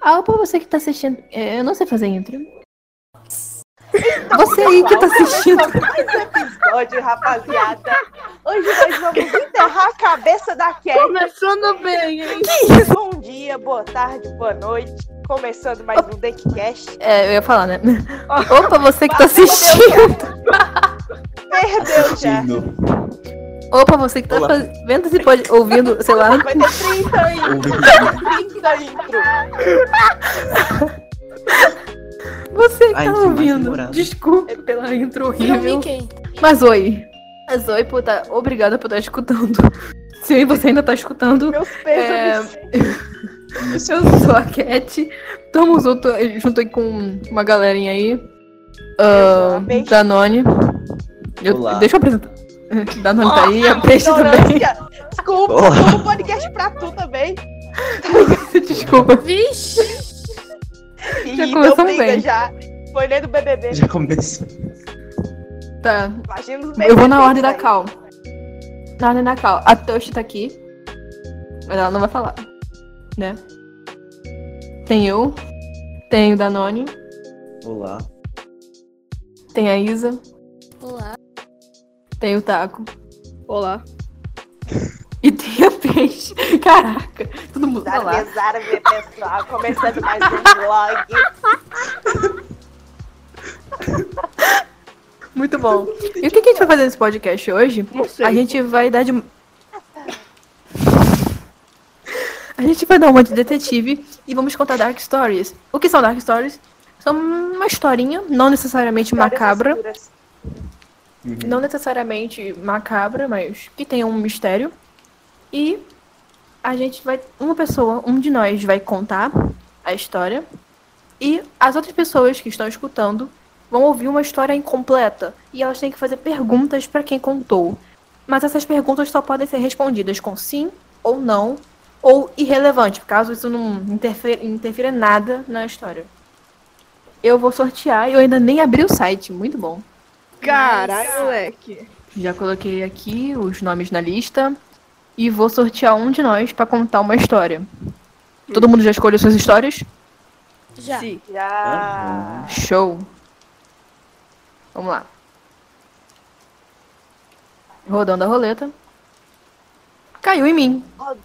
Alô pra você que tá assistindo. é, Eu não sei fazer intro. Você aí que tá assistindo. Esse episódio, rapaziada. Hoje nós vamos enterrar a cabeça da Kelly. Começando bem, hein? Bom dia, boa tarde, boa noite. Começando mais um Denkcast. É, eu ia falar, né? Opa, você que tá assistindo. Perdeu já. Assistindo, Opa, você que tá Olá. faz- vendo esse pod... ouvindo, sei lá. Vai ter 30 aí. ouvindo. 30 intro. Você que Ai, tá isso é mais ouvindo. demorado. Desculpa pela intro Eu horrível. vi quem? Mas oi. Mas oi, puta, obrigada por estar escutando. Se você ainda tá escutando, Meus É, pesos. eu sou a Cat. Estamos junto, junto aí com uma galerinha aí. Ah, Eu sou a Peixe. Danone. Eu- Olá. Deixa eu apresentar. Danone tá aí, a peixe também. Ignorância. Desculpa, Olá. como um podcast pra tu também. Desculpa. Vixe! E Já não começamos briga bem. já. Foi lendo o BBB. Já começou. Tá. Imagina os Eu vou na BBBs ordem da aí. Cal. Na ordem da Cal. A Toshi tá aqui. Mas ela não vai falar. Né? Tem eu. Tem o Danone. Olá. Tem a Isa. Olá. Tem o Taco. Olá. E tem a Peixe. Caraca. Todo mundo tá lá. Zarmezar, meu pessoal. Começando mais um vlog. Muito bom. E o que, que a gente vai fazer nesse podcast hoje? Não sei. A gente vai dar de. A gente vai dar uma de detetive e vamos contar Dark Stories. O que são Dark Stories? São uma historinha, não necessariamente macabra. Histórias Uhum. Não necessariamente macabra, mas que tenha um mistério. E a gente vai. Uma pessoa, um de nós, vai contar a história. E as outras pessoas que estão escutando vão ouvir uma história incompleta. E elas têm que fazer perguntas para quem contou. Mas essas perguntas só podem ser respondidas com sim ou não, ou irrelevante, caso isso não interfira, interfira em nada na história. Eu vou sortear e eu ainda nem abri o site. Muito bom. Caralho, moleque. Já coloquei aqui os nomes na lista e vou sortear um de nós pra contar uma história. Todo mundo já escolheu suas histórias? Já. Sim. Já. Show. Vamos lá. Rodando a roleta. Caiu em mim.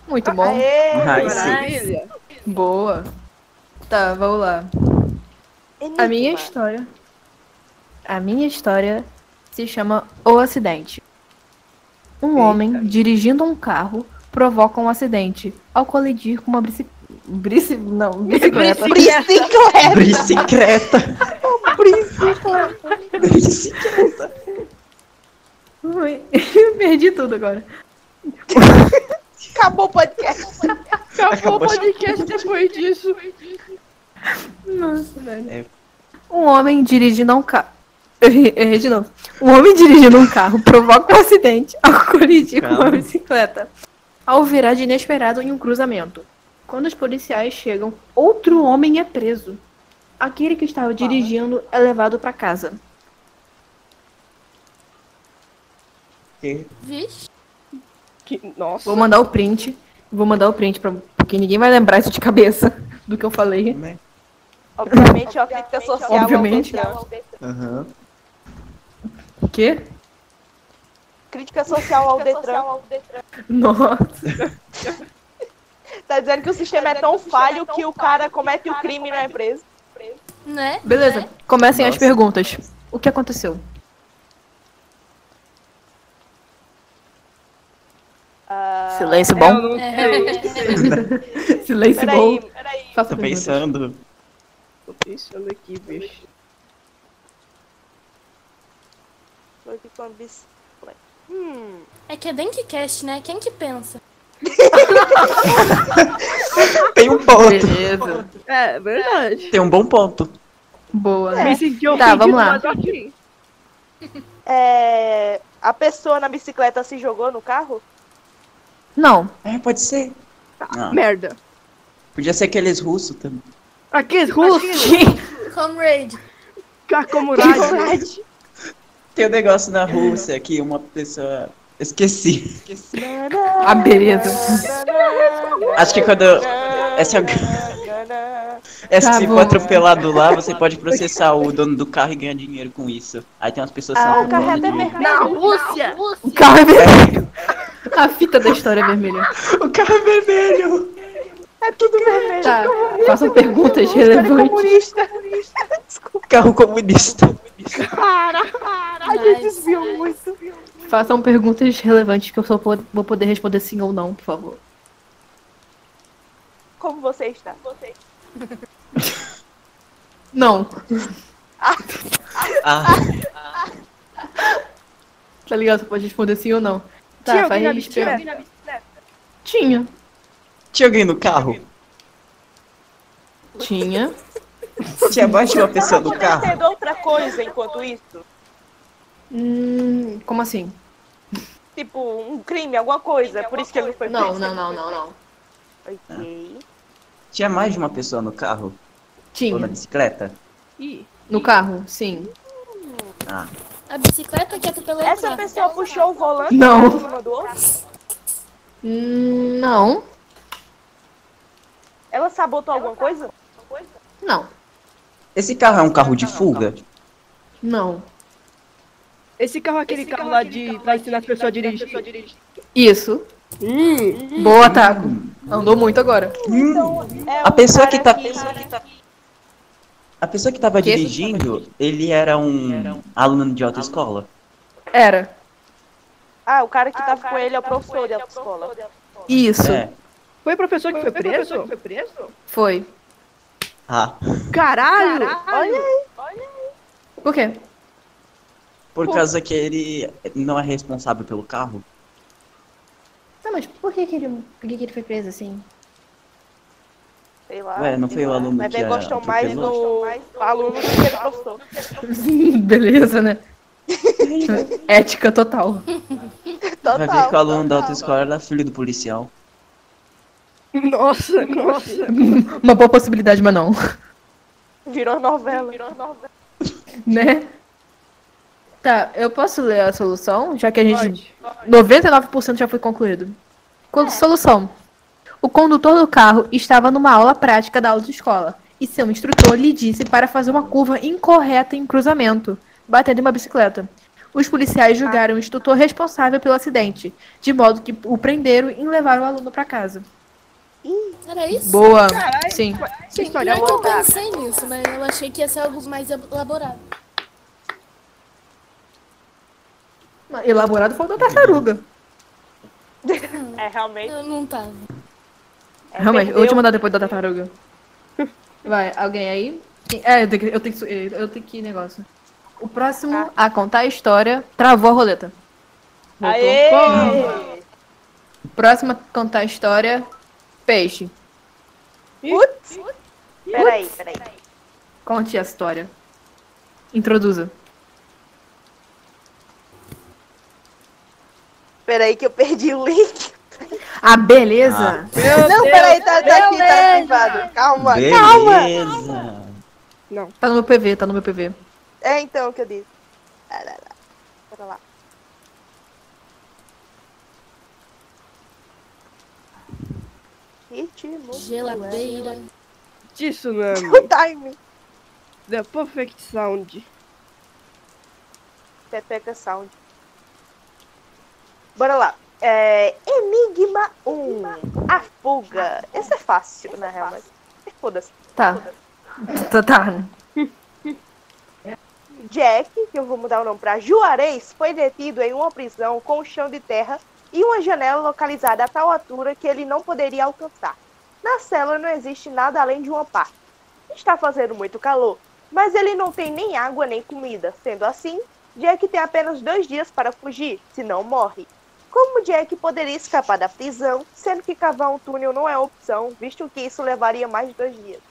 Muito bom. Ai, Aê, Maravilha. Boa. Tá, vamos lá. A minha história. A minha história se chama O Acidente. Um homem dirigindo um carro provoca um acidente ao colidir com uma brici... brici... não, bicicleta. É, tá. Bicicleta. Bicicleta. Bicicleta. Ui, Perdi tudo agora. Acabou o podcast. Acabou o Acabou de- podcast depois disso. Nossa, velho. É. Um homem dirigindo um carro. De novo. Um homem dirigindo um carro provoca um acidente ao colidir com uma Calma. bicicleta. Ao virar de inesperado em um cruzamento. Quando os policiais chegam, outro homem é preso. Aquele que estava dirigindo é levado para casa. Que- Vixe. Nossa. Vou mandar o print. Vou mandar o print pra... porque ninguém vai lembrar isso de cabeça do que eu falei. Como é? Obviamente, é uma crítica social. Obviamente. ao Detran. Uhum. Aham. O quê? Crítica social ao Detran. Nossa. Tá dizendo que o sistema é tão falho que o cara comete o crime e não é preso. Né? Beleza. Comecem as Nossa. perguntas. O que aconteceu? Silêncio bom. É, Silêncio Peraí, bom. peraí. Faça Tô perguntas. pensando. Tô pensando aqui, bicho. Foi aqui com a bicicleta. Hum. É que é Denkcast, né? Quem que pensa? Tem um ponto. Beleza. É, verdade. Tem um bom ponto. Boa. Me senti ofendido, Tá, vamos lá. mas ok. É, a pessoa na bicicleta se jogou no carro? Não. É, pode ser. Ah, Merda. podia ser aqueles russos também. Aqueles russos, Comrade. Kakomurad. Tem um negócio na Rússia que uma pessoa. Esqueci. Ah, beleza. Acho que quando. Essa é a- Tananana. É, Tá se bom. for atropelado lá, você pode processar o dono do carro e ganhar dinheiro com isso. Aí tem umas pessoas que Ah, são o carro é donas até de- vermelho. Na Rússia. O carro é vermelho. A fita da história é vermelha. O carro é vermelho! É tudo vermelho. Tá. Façam perguntas História relevantes. comunista. Carro comunista. A gente desviou muito. Façam perguntas relevantes que eu só po- vou poder responder sim ou não, por favor. Como você está? Não. Ah, Tá ligado? Você pode responder sim ou não. Tá, Tinha alguém faz na perguntas. bicicleta? Tinha. tinha alguém no carro? Tinha. Tinha mais de uma pessoa Tava no carro? Tá acontecendo outra coisa enquanto isso? Hum, como assim? Tipo, um crime, alguma coisa. Por isso que ele não foi Não, preso. não, não, não, não. Ok. Tinha mais de uma pessoa no carro? Ou na Tinha. bicicleta? Ih, No carro? Sim. Ah, A bicicleta que atropelou o Essa carro. pessoa puxou o volante Não. pra cima do outro. Hum, Não. Ela sabotou alguma coisa? Não. esse carro é um carro de fuga? Não. Esse carro é aquele carro lá de. pra ensinar as pessoas a dirigir. Isso. Hum, Boa, Taco. Andou muito agora. Hum, É a um pessoa que cara tá. A pessoa que tava dirigindo, ele era um aluno de autoescola? Era. Ah, o cara que tava com ele é o professor da escola. Isso. É. foi o professor que foi preso? Foi. Ah, Caralho! Olha! Por quê? por causa que ele não é responsável pelo carro? Não, Ah, mas por que, que ele. Por que, que ele foi preso assim? Sei lá. Ué, não foi o aluno Mas que eles era gostam mais do atropelou? aluno do que do professor. Beleza, né? Ética total. Vai ver que o aluno da autoescola era filho do policial. Nossa, nossa! Uma boa possibilidade, mas não. Virou novela. Virou novela. Né? Tá, eu posso ler a solução? Já que a gente. 99% já foi concluído. Con- Solução. O condutor do carro estava numa aula prática da autoescola e seu instrutor lhe disse para fazer uma curva incorreta em cruzamento, batendo em uma bicicleta. Os policiais julgaram o instrutor responsável pelo acidente, de modo que o prenderam e levaram o aluno para casa. Era isso? Boa. Sim. Que Pior história que eu louca! pensei nisso, mas eu achei que ia ser algo mais elaborado. Elaborado foi o da tartaruga. É, realmente. Eu não tava. É, Realmente, eu perdeu. vou te mandar depois da tartaruga. Vai, alguém aí? É, eu tenho que. Eu tenho que, su- eu tenho que negócio. O próximo Tá. a contar a história travou a roleta. Voltou. Aê! O próximo a contar a história, peixe. Peraí, peraí. Conte a história. Introduza. Peraí que eu perdi o link. Ah, beleza! Não, peraí, tá, tá aqui, tá privado. Calma, calma. Beleza! Tá no meu PV, tá no meu PV. É então o que eu disse. Ah, lá, lá. Bora lá. Ritmo. Geladeira. Tsunami! O time. The Perfect Sound. Pepeca Sound. Bora lá. É, Enigma 1. A fuga. Esse é fácil, na real. Mas... Foda-se. Tá. Tá, tá. Jack, que eu vou mudar o nome para Juarez, foi detido em uma prisão com um chão de terra e uma janela localizada a tal altura que ele não poderia alcançar. Na cela não existe nada além de uma parte. Está fazendo muito calor, mas ele não tem nem água nem comida. Sendo assim, Jack tem apenas dois dias para fugir, senão morre. Como Jack poderia escapar da prisão, sendo que cavar um túnel não é opção, visto que isso levaria mais de dois dias?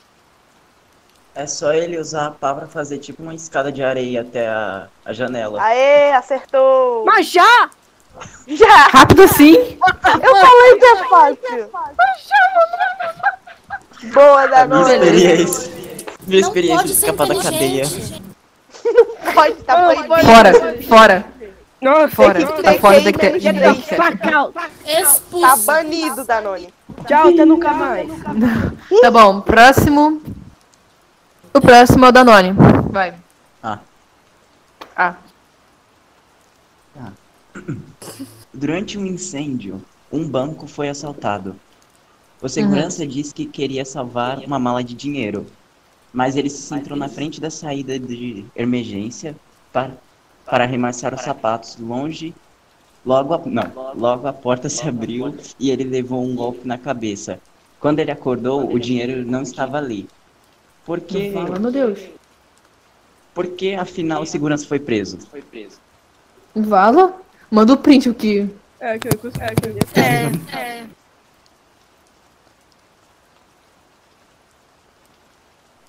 É só ele usar a pá pra fazer tipo uma escada de areia até a, a janela. Aê, acertou! Mas já! Já! Rápido assim? Eu falei que é fácil. Boa, A minha Danone. experiência. Minha Não experiência de pode ser escapar da cadeia. inteligente. Pode tá proibido. Fora, fora, Nossa, fora. que Tá ter fora da quem não que- já da tem. que- Facão! Tá Expulso. banido, Danone. Tchau, até nunca mais. Tá bom, próximo. O próximo é o Danone. Vai. Ah. Ah. Durante um incêndio, um banco foi assaltado. O segurança disse que queria salvar uma mala de dinheiro, mas ele se centrou na frente da saída de emergência para, para arremessar os sapatos longe. Logo a, não, logo a porta se abriu e ele levou um golpe na cabeça. Quando ele acordou, o dinheiro não estava ali. Porque, Fala, meu Deus. porque afinal o segurança foi preso. Vala? Manda o print o que. É, que eu consegui. É, que eu ia- É, é.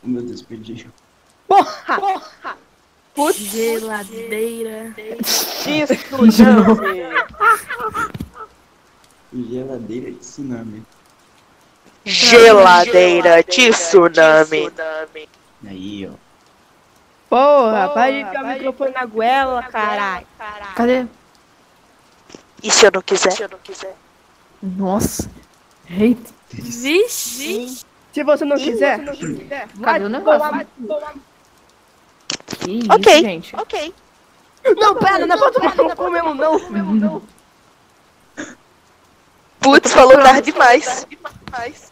Oh, Meu Deus, perdi. Porra! Geladeira. Estudante. Geladeira de tsunami. Geladeira de tsunami. Aí, ó. Porra, para de ficar o microfone na goela, caralho. Cadê? E se eu não quiser? Nossa. Eita. Vixe. Se você não quiser, vai Cadê o negócio? tomar Que isso, Ok. gente. Ok. Não, pera, não é pra tomar no cu mesmo, não. Putz, falou tarde demais. Vocês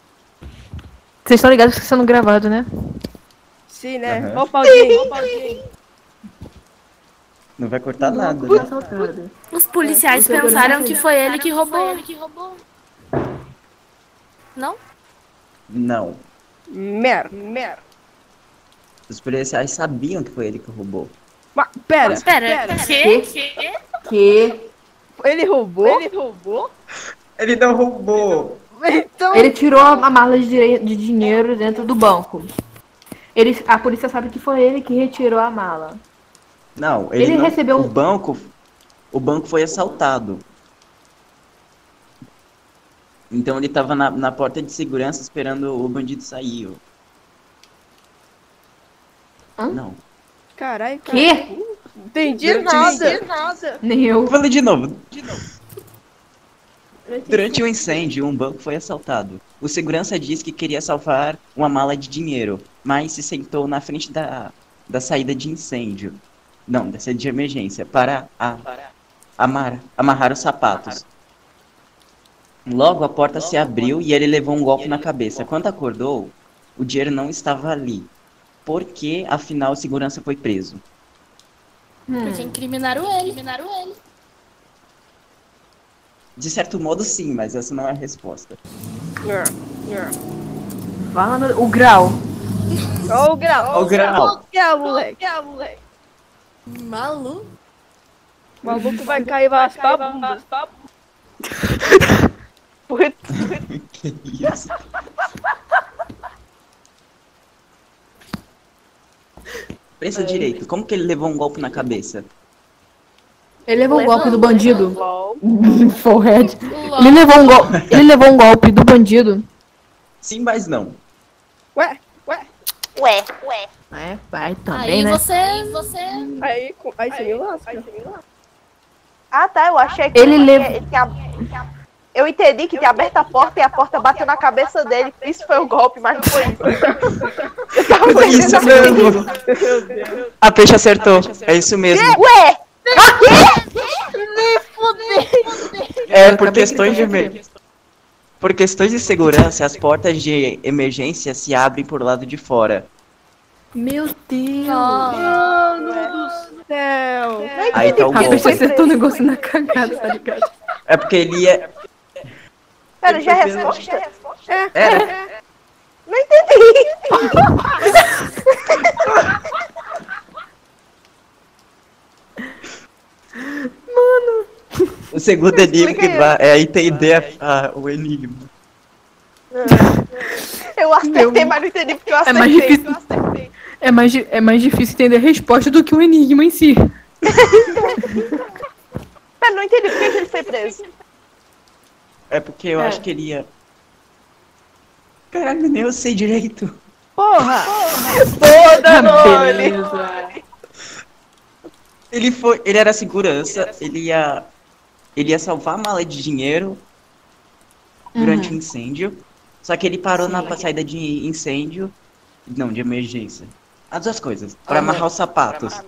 estão ligados que está sendo gravado, né? Sim, né? Aham. Ó o pauzinho, ó o pauzinho. Não vai cortar nada, né? Nossa, Os policiais pensaram que foi ele que roubou. Não? Não. Mer, mer. Os policiais sabiam que foi ele que roubou. Mas, pera, Mas pera, que? que ele roubou? Ele roubou? Ele não roubou! Então, ele tirou a mala de, dire- de dinheiro dentro do banco. Ele, a polícia sabe que foi ele que retirou a mala. Não, ele, Ele não- recebeu- um- O banco. O banco foi assaltado. Então ele tava na, na porta de segurança esperando o bandido sair. ó. Hã? Não. caralho, cara. Que? Entendi nada. Nem eu. Vou falar de novo. Durante um incêndio, um banco foi assaltado. O segurança disse que queria salvar uma mala de dinheiro, mas se sentou na frente da, da saída de incêndio. Não, da saída de emergência, para a, amar, amarrar os sapatos. Logo a porta se abriu e ele levou um golpe na cabeça. Quando acordou, o dinheiro não estava ali. Porque, afinal, o segurança foi preso. Hum. Porque incriminaram ele. Incriminaram ele. De certo modo, sim, mas essa não é a resposta. Fala no- O grau. Ó o grau. é, Ó o grau. Ó o grau, é, moleque. Maluco. O maluco vai cair e vai raspar a bunda. Que isso? Pensa direito, como que ele levou um golpe na cabeça? Ele levou o golpe do bandido. LOL. Forehead. Logo. Ele levou um golpe. Ele levou um golpe do bandido. Sim, mas não. Ué, ué. Ué, ué. É, vai Aí também, né? você, você Aí, co- aí você me lasca. Ah, tá. Eu achei que Ele leva- ele tinha- ele tinha- Eu entendi que tinha aberto a porta e a porta bateu na cabeça dele. Por isso foi o golpe, mas não foi isso. Eu tava tá pensando assim. mesmo! A peixe acertou. É isso mesmo. Ué! Ah, É, Eu por acabei questões de gritando emer- por questões de segurança, as portas de emergência se abrem por lado de fora. Meu Deus. Nossa. Mano do céu. Nem Aí tá o A golpe. pessoa acertou o negócio na cagada, tá ligado? É porque ele ia. Pera, já é Ele foi resposta? Era. Não entendi. O segundo enigma que Explica vai é entender a- a- o enigma. Eu acertei, mas não entendi porque eu É acertei. mais difícil. É mais, di- é mais difícil entender a resposta do que o enigma em si. Pera, não entendi por que que ele foi preso. É porque eu acho que ele ia. Caralho, nem eu sei direito. Porra. Tá Ah, Ele foi. Ele era segurança, ele ia. Ele ia salvar a mala de dinheiro. durante Uhum. o incêndio. Só que ele parou na saída de incêndio. Não, de emergência. As duas coisas. Pra Uhum. amarrar os sapatos.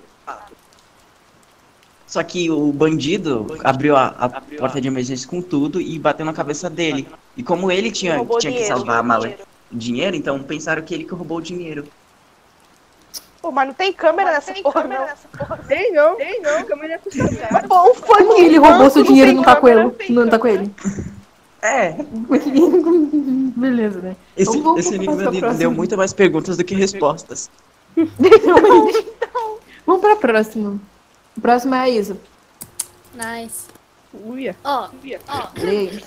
Só que o bandido abriu a, a porta de emergência com tudo e bateu na cabeça dele. E como ele tinha, roubou tinha que dinheiro, salvar a roubou mala dinheiro. dinheiro, então pensaram que ele que roubou o dinheiro. Pô, mas não tem câmera nessa porra, não. Tem não, tem não, câmera é assustadora. Pô, o funk Como que ele roubou seu não dinheiro e tem não tá com câmera, ele? Não tá com ele. É, Beleza, né? esse, Vamos- vamos esse passar enigma pra deu- próxima. deu muito mais perguntas do que respostas. Realmente. Vamos pra próxima. A próxima é a Isa. Nice. Uia. Ó, Lê aí.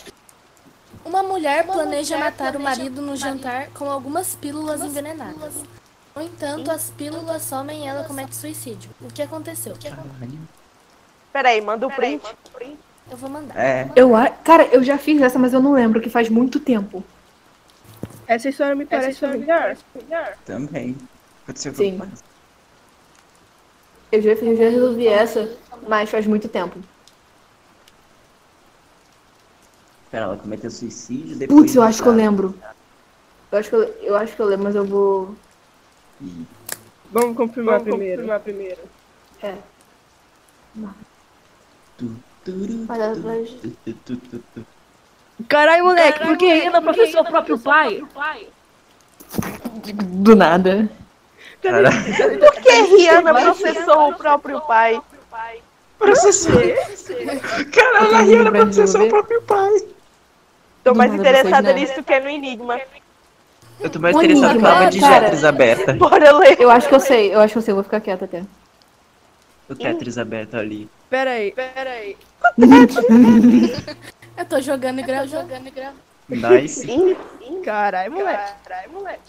uma mulher planeja matar o marido no jantar com algumas pílulas envenenadas. No entanto, as pílulas somem e ela comete suicídio. O que aconteceu? Peraí, manda o print. Eu vou mandar. É, Eu, a- cara, eu já fiz essa, mas eu não lembro, que faz muito tempo. Essa história me parece familiar. também. Aconteceu Sim. com- Eu já, eu já resolvi essa, mas faz muito tempo. Pera, ela cometeu suicídio depois. tá Putz, eu acho que eu lembro. Eu acho que eu, eu acho que eu lembro, mas eu vou. E- Vamos confirmar primeiro. É. Turu, Mas ela- tu, mas- tu, tu, tu, tu, tu. Caralho, moleque, por que ele não processou o próprio pai? Do nada. Caralho, Por que Rihanna processou o próprio pai? processou. Caralho, a Todo mundo Rihanna vai processou o resolver. próprio pai. Tô Do mais nada depois interessada nada. nisso do que é no Enigma. Eu tô mais Um interessado com enigma, a aba de cara. Tetris aberta. Bora ler. Eu acho que eu sei, eu acho que eu sei, eu vou ficar quieta até. O Tetris aberto ali. Pera aí, pera aí. Eu tô jogando e gravando. jogando e gravando. Nice. Caralho, moleque. Caralho, moleque.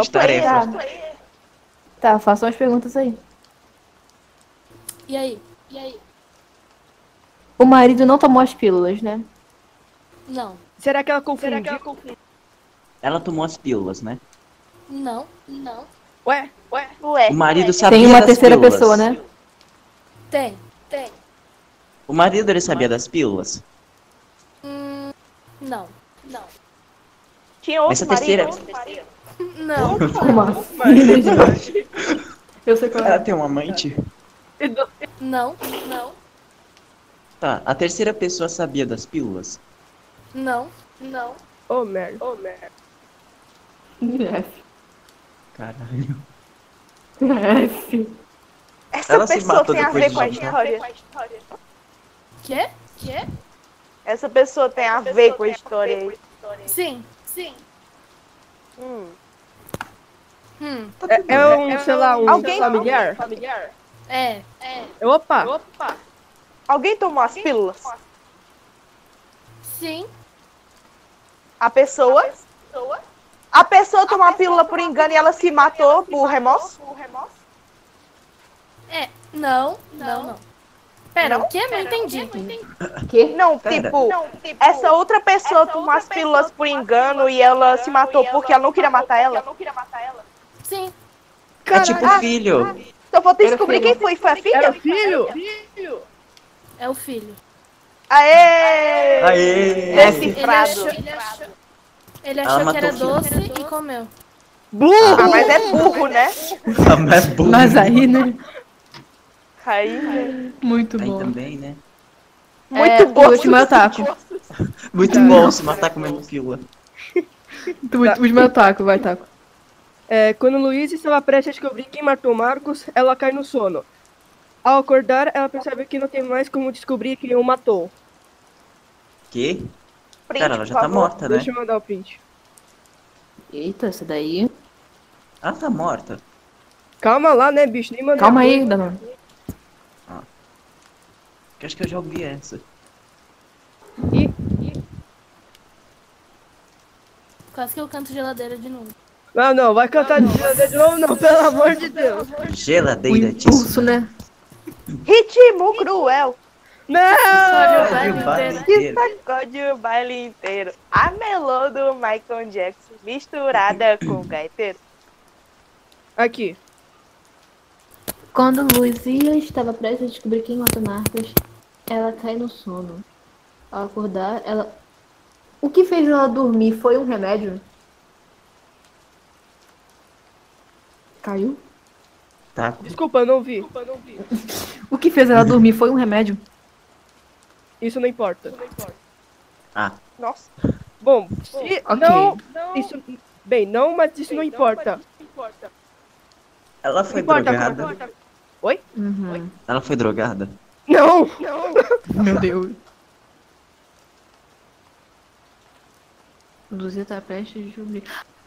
De tarefa. Tá, façam as perguntas aí. E aí? E aí? O marido não tomou as pílulas, né? Não. Será que ela confundiu? Ela tomou as pílulas, né? Não. Não. Ué, Ué, O marido sabia Tem uma das terceira pílulas. pessoa, né? Tem. Tem. O marido ele sabia das pílulas. Hum, Não. Não. tinha outro Essa marido, terceira- outro marido. Não. Uma filha de- Eu sei qual é. Ela tem um amante? Não. Não. Tá, a terceira pessoa sabia das pílulas. Não. Não. ô merda. Ô merda. F. Caralho. F. Essa Ela se pessoa matou tem a depois ver de com a jantar. história. Quê? Quê? Essa pessoa tem a ver com a história aí. Sim. Sim. Hum. Hum. É, é um, sei lá, um Alguém- familiar? É. É. Opa, Alguém tomou as pílulas? Sim. A pessoa? A pessoa tomou a pílula por engano e ela se matou por remorso? É. Não. Não. Não. Pera, o quê? Não entendi. Não, Pera. tipo, essa outra pessoa tomou as pílulas por engano e ela se matou porque ela não queria matar ela? Sim. é tipo filho. Só falta Era descobrir filho. quem foi. Foi a era filha? filho? É o filho. Aê! Aê! É Decifrado. Ele achou, ele Ela achou que matou era o filho. doce e comeu. Ah, Burro! mas é burro, né? Ah, mas é burro. Mas aí, é né? Aí, Muito Aí bom. também, né? muito O bom. último é o taco. Muito bom se matar comendo pílula. O último é o taco, vai, taco. É, quando Luiz estava prestes a descobrir quem matou Marcos, ela cai no sono. Ao acordar, ela percebe que não tem mais como descobrir quem o matou. Que? Print, Cara, ela por já tá favor. morta, né? Deixa eu mandar o print. Eita, essa daí. Ela tá morta. Calma lá, né, bicho? Nem mandei. Calma aí, Danone. Que acho que eu já ouvi essa. Quase que eu canto geladeira de novo. Não, não, vai cantar de de novo, não, pelo amor de Deus. O Geladeira disso. impulso, né? Ritmo cruel. Não! o baile Que inteiro. sacode o um baile inteiro. A melô do Michael Jackson misturada com o gaiteiro. Aqui. Quando Luzia estava prestes a descobrir quem matou Marcos, ela cai no sono. Ao acordar, ela O que fez ela dormir foi um remédio? Caiu? Tá? Desculpa, eu não vi. O que fez ela dormir foi um remédio? Isso não importa. Ah, Nossa. Bom, se Ok. não, isso bem, não, mas isso não importa. Ela foi Importa, drogada. Uhum. Ela foi drogada? Não, Meu Deus. Luzia tá prestes de dormir.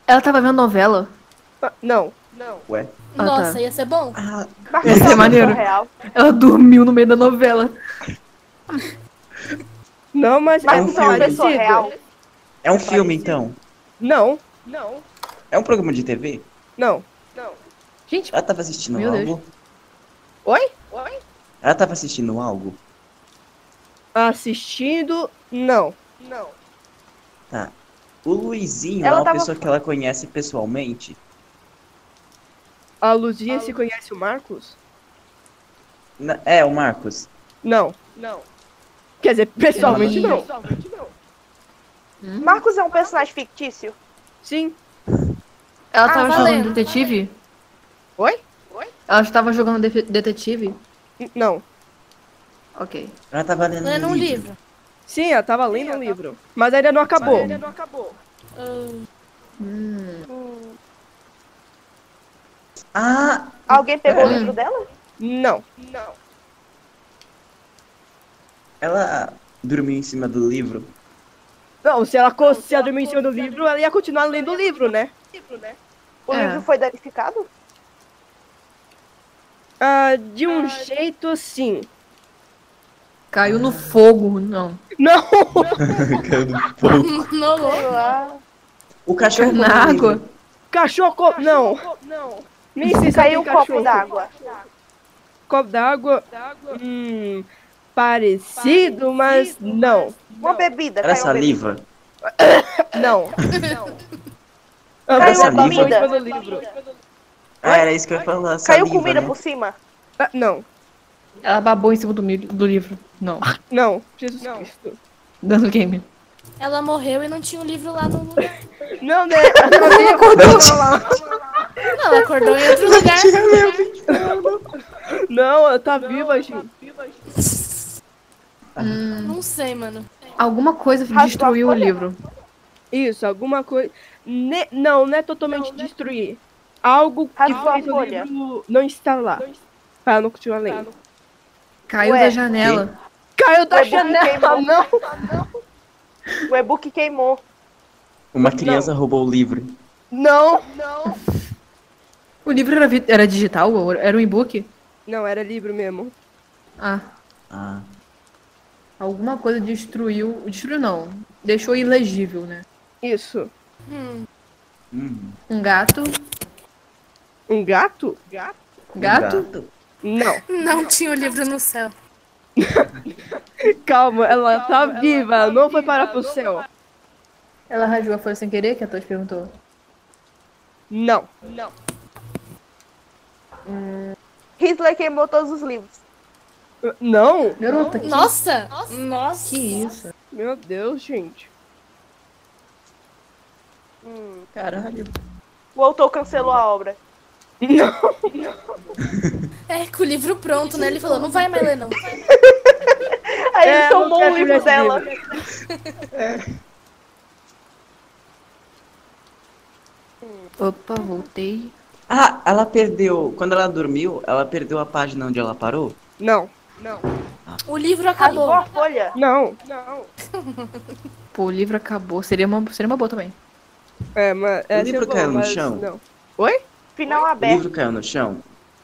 Ela tava vendo novela. Ah, não. Ué. tá. Nossa, ia ser bom. Ah, Marcos, Isso é maneiro. Real. Ela dormiu no meio da novela. Não, mas é um Marcos é uma filme. pessoa parecido. real. é um filme então? Não, É um programa de TV? não. Gente, Ela tava assistindo Meu Deus. algo? Oi? Ela tava assistindo algo? Assistindo, não. O Luizinho Ela é uma tava- pessoa que ela conhece pessoalmente? A Luzia se conhece o Marcos? Na- É, o Marcos. Não. Não. Quer dizer, pessoalmente Ela- não. Marcos é um personagem fictício? Sim, ela Ah, tava valendo, jogando detetive? Oi? Ela estava jogando defe- detetive? n- não. Ok. Ela tava lendo Lendo um um livro. livro. Sim, ela tava lendo um livro, mas ainda não acabou. Hum. Ah, Alguém pegou o Hum. livro dela? Não. ela dormiu em cima do livro. Não, se ela, co- se ela dormir em cima do livro, ela ia continuar lendo o livro, né? O É. livro foi danificado? Ah, de um jeito, sim. Caiu no fogo, não. Não! Não, Sei lá. O cachorro Na comeu o livro. água? Cachorro, co- não. Nem sei se Caiu um tem copo cachorro. d'água. Copo d'água. Hum, parecido, mas não. Uma bebida. Era caiu uma bebida. saliva. Não. Ah, Caiu você uma tá muito comida. fã do livro. Ah, era isso que eu ia falar. Caiu saliva, comida né? por cima? Ah, não, Ela babou em cima do, mi- do livro. Não. não. Jesus Cristo. Dando game. ela morreu e não tinha o livro lá no lugar. Não, né? Não, ela acordou em outro lugar. Não, ela tá viva, gente. Não sei, mano. Alguma coisa Rasgou a destruiu o folha, livro. Isso, alguma coisa. Ne- Não, não é totalmente destruir. Algo que Rasgou a fez o folha. livro não estar lá. Pra não continuar lendo. Caiu Ué. da janela. Caiu da Foi bom que janela, queimou. não. O e-book queimou. Uma criança roubou o livro. Não. O livro era, vi- era digital? ou Era um e-book? Não, era livro mesmo. Ah. Ah, Alguma coisa destruiu. Destruiu não. Deixou ilegível, né? Isso. hum. Um gato. Um gato? Gato? Um um Gato? Não. Não tinha o livro no céu. Calma, ela tá viva, ela não foi parar pro céu. Ela rasgou a folha sem querer, que a Tosh perguntou. Não. Hitler queimou todos os livros. Não? Garota, que, Nossa! Nossa! que isso? Meu Deus, gente. Caralho. O autor cancelou a obra. Não. É, com o livro pronto, né? Ele falou, não vai mais ler, não. Aí ele É, tomou eu o não quero livro ler esse dela. Opa, voltei. Ah, ela perdeu. Quando ela dormiu, ela perdeu a página onde ela parou? Não. O livro Tá Rasgou acabou. a folha. Não. Pô, o livro acabou. Seria uma, seria uma boa também. É, mas. O É, livro bom, caiu no mas chão? Não. Final O aberto. livro caiu no chão?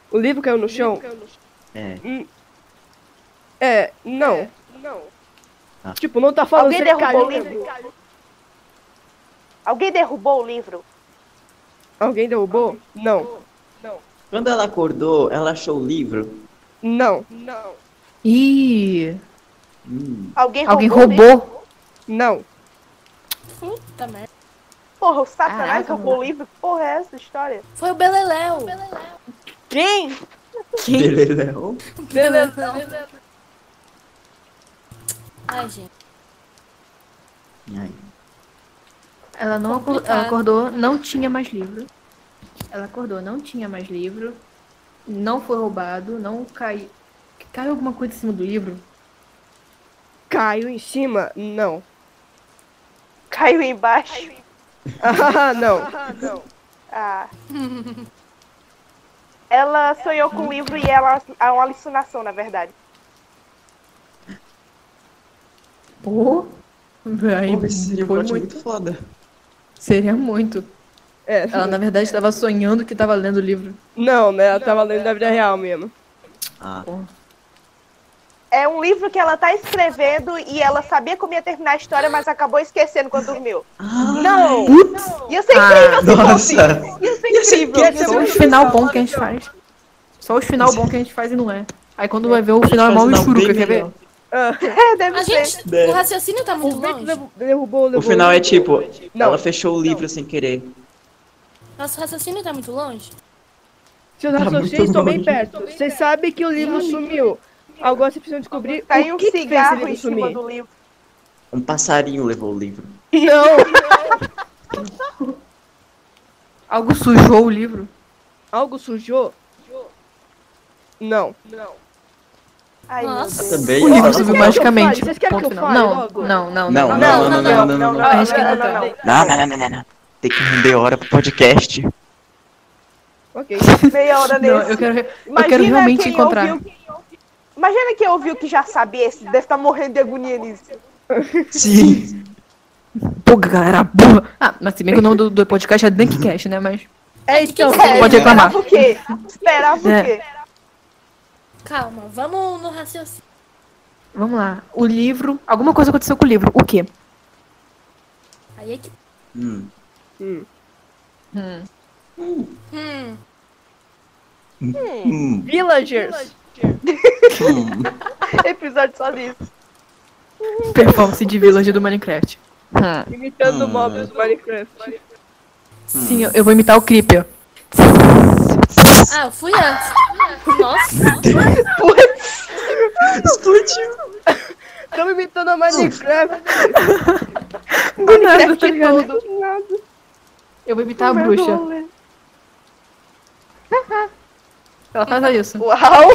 O livro caiu no chão? É. É, não. Ah. Não. Tipo, não tá falando Alguém se ele derrubou o caiu. livro. Alguém derrubou o livro. Alguém derrubou? Não. Quando ela acordou, ela achou o livro. Não. Ih, Hum. Alguém, alguém O livro. roubou. Não. Puta merda. Porra, o Satanás Caraca, roubou o livro. Que porra é essa história? Foi o Beleléu. Quem? Beleléu. Beleléu. Ai, gente. Ai. Ela não acor- Complicado. ela acordou, não tinha mais livro. Ela acordou, não tinha mais livro. Não foi roubado, não caiu. Caiu alguma coisa em cima do livro? Caiu em cima? Não. Caiu embaixo. Ah, não. Ah. Ela sonhou com o livro e ela é uma alucinação, na verdade. Pô! Aí, Pô, esse seria um foi plot muito. muito foda. Seria muito. É. Ah. Ela, na verdade, estava sonhando que estava lendo o livro. Não, né? Ela tava lendo da vida real mesmo. Ah, É um livro que ela tá escrevendo e ela sabia como ia terminar a história, mas acabou esquecendo quando dormiu. Ah, Não! Ia ser incrível é se fosse! nossa! Ia ser Ia ser incrível! incrível. Só o final bom que tá a gente faz. Só o final bom que a gente faz e não é. Aí quando vai ver o final é mal Faz um churuca, bem quer ver? melhor. Ah, É, deve A ser. gente, Deve. o raciocínio tá muito o Vic longe. derru- derrubou, levou um O final é tipo, Não. ela fechou o livro sem querer. Nosso raciocínio tá muito longe. Seus tá muito raciocínios estão bem longe. perto. Você sabe que o livro sumiu. Agora vocês precisam descobrir Caiu o um que que fez esse cigarro livro em cima sumir. do livro. Um passarinho levou o livro. Não! Algo sujou o livro. Algo sujou? Não. Ai, meu Nossa. Deus. Também. O livro ela- subiu querem que eu magicamente. fale? Vocês querem Ponto que eu final. fale Não, logo? não, não, Não, não, não, não, não, não, não, não. A gente quer não, não, cantar. Não, não, não, não, não. Tem que render hora pro podcast. Ok. Meia hora nesse. Não, eu quero, eu quero realmente quem encontrar. ouviu- Imagina quem ouviu que já sabia esse, deve estar morrendo de agonia nisso. Sim. Pô, galera, burra. Ah, mas se bem que o nome do, do podcast é Dunkcast, né? Mas É então. É, pode reclamar. Esperava o quê? Esperava É. o quê? Calma, vamos no raciocínio. Vamos lá. O livro. Alguma coisa aconteceu com o livro. O quê? Aí é que. Hum. Hum. Hum, Hum. Villagers. Hum. Episódio só disso. Performance de village do Minecraft. Hum. Imitando Hum. mobs do Minecraft. Sim, eu, eu vou imitar o Creeper. Ah, eu fui antes. Nossa, Explodiu. Estamos imitando a Minecraft. Do nada, tá ligado? Tudo. Eu vou imitar a bruxa. Ela faz isso. Uau!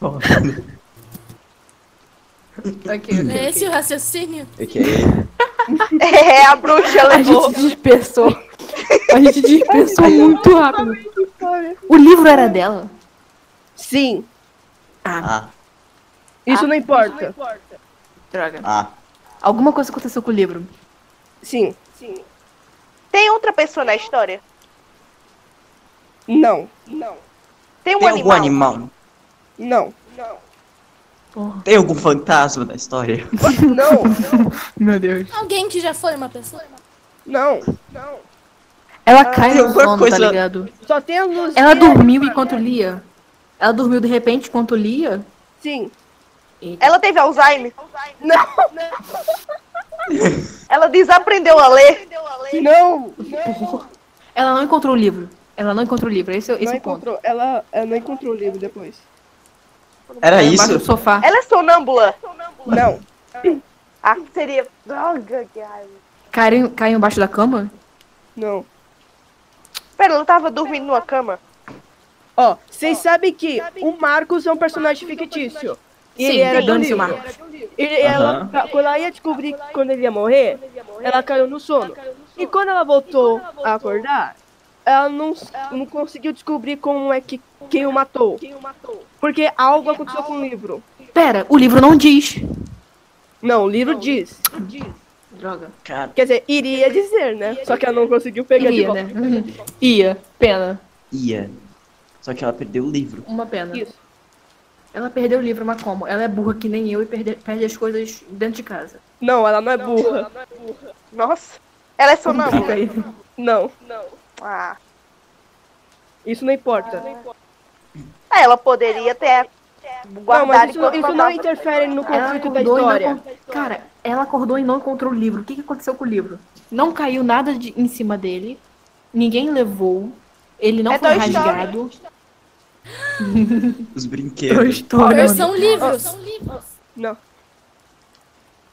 Hum. Ok. é esse o raciocínio? Ok. É, a bruxa A levou. gente dispersou. A gente dispersou muito rápido. O livro era dela? Sim. Ah, Ah. Isso não importa. Droga. ah. Alguma coisa aconteceu com o livro. Sim. Tem outra pessoa na história? Não. Tem um Tem algum animal? animal? Não. Tem algum fantasma na história? Não. Meu Deus. Alguém que já foi uma pessoa? Não. Ela cai no Ah, alguma sono, tá coisa- ligado? é, Só tem a luz. Ela dormiu enquanto lia. Ela dormiu de repente enquanto lia. Sim. Ela teve Alzheimer? Não. Ela desaprendeu a ler? Não. Ela não encontrou o livro. Ela não encontrou o livro. Esse, é- esse não é o ponto. encontrou. Ela, ela não encontrou o livro depois. Era Ela embaixo isso? do sofá. Ela é sonâmbula? Não. Ah, seria... Droga, que raiva. Caiu, caiu embaixo da cama? Não. Pera, ela tava dormindo numa cama? Ó, vocês sabem que o Marcos é um personagem fictício. E ele era do dane-se o livro. Marcos. E ela, Aham. ca- quando ela ia descobrir quando ele ia morrer, ela caiu no sono. E quando ela voltou a acordar, ela não, s- não conseguiu descobrir como é que quem o matou. Porque algo aconteceu com o livro. Pera, o livro não diz. Não, o livro diz. Droga. Cara, Quer dizer, iria dizer, né? Só que ela não conseguiu pegar de Iria, volta. né? Ia. Pena. ia. Só que ela perdeu o livro. Uma pena. Isso. Ela perdeu o livro, mas como? Ela é burra que nem eu e perde, perde as coisas dentro de casa. Não, ela não é burra. Nossa. Ela é Fica sonâmbula? aí. Não, Ah. isso não importa. Ah, Ela poderia ter Não, guardado mas isso, enquanto isso não faltava. interfere no Ela conflito da acordou e não história. encont- Cara, ela acordou e não encontrou o livro. O que, que aconteceu com o livro? Não caiu nada de- em cima dele. Ninguém levou. Ele não É foi Toy Story. rasgado. Os Toy brinquedos. Story, mano. São livros. Não.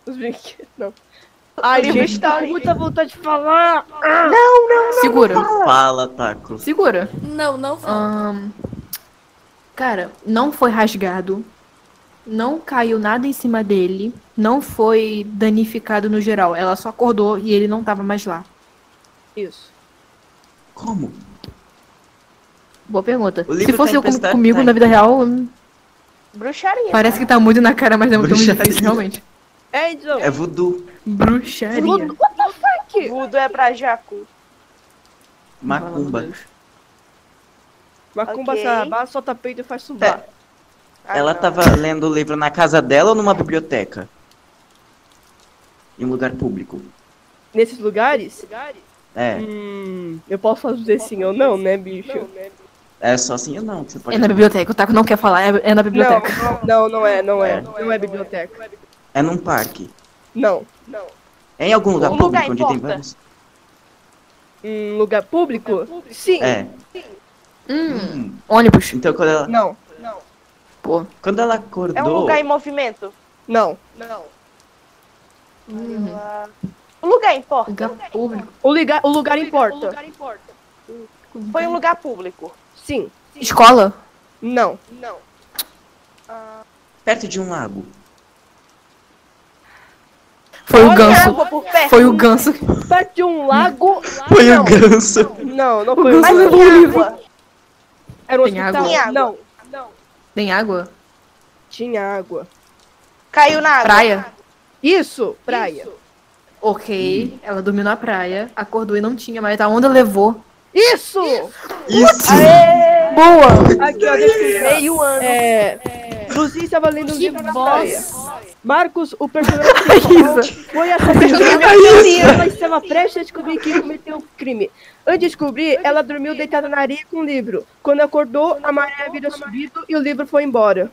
Os brinquedos. Não. Ai, gente, tá muita vontade de falar. Segura. Fala, Taco. Segura. Não, não fala. Ahn, cara, não foi rasgado. Não caiu nada em cima dele. Não foi danificado no geral. Ela só acordou e ele não tava mais lá. Isso. Como? Boa pergunta. O livro Se fosse eu com- Tempestade comigo tá na vida real, hum, Bruxaria. né? parece que tá muito na cara, mas é muito Bruxaria. difícil, realmente. É, então. É voodoo. Bruxaria. Voodoo. Voodoo é pra Jacu. Fala, Macumba. meu Deus. Macumba Ok. sarabá, solta peito e faz subar. É. Ah, Ela não. tava lendo o livro na casa dela ou numa biblioteca? Em um lugar público. Nesses lugares? É. Hum, eu posso fazer sim ou não, né, bicho? É só assim ou não que você pode. É na biblioteca, o Taco não quer falar, é, é na Não, biblioteca. não, não é, não é. Não é biblioteca. É num parque. Não. É em algum lugar Um público lugar onde tem importa. vários. Um lugar público? Sim. É. Hum, Hum. ônibus. Então quando ela, Não, Pô, quando ela É um acordou. lugar em movimento. não. O lugar importa. lugar público. O lugar, o lugar importa. Foi um lugar público. Sim. Escola? Não. Perto de um lago. Foi o Olha é um ganso. água por perto. Foi o ganso. Perto de um lago? Foi não. o ganso. Não, não foi um Mas lago. tinha água. Era um Tem água? hospital. Tinha água. Não. Tem água? Tinha água. Caiu na água. Praia? Isso, praia. Ok. Ela dormiu na praia, acordou e não tinha, mas a onda levou. Isso! Isso! Aqui, ó, deixa meio ano. É, Lucy estava lendo um livro de praia. Marcos, o personagem principal, foi assassinado. Ela estava prestes a descobrir que cometeu um crime. Antes de descobrir, ela dormiu deitada na areia com um livro. Quando acordou, a maré virou subido e o livro foi embora.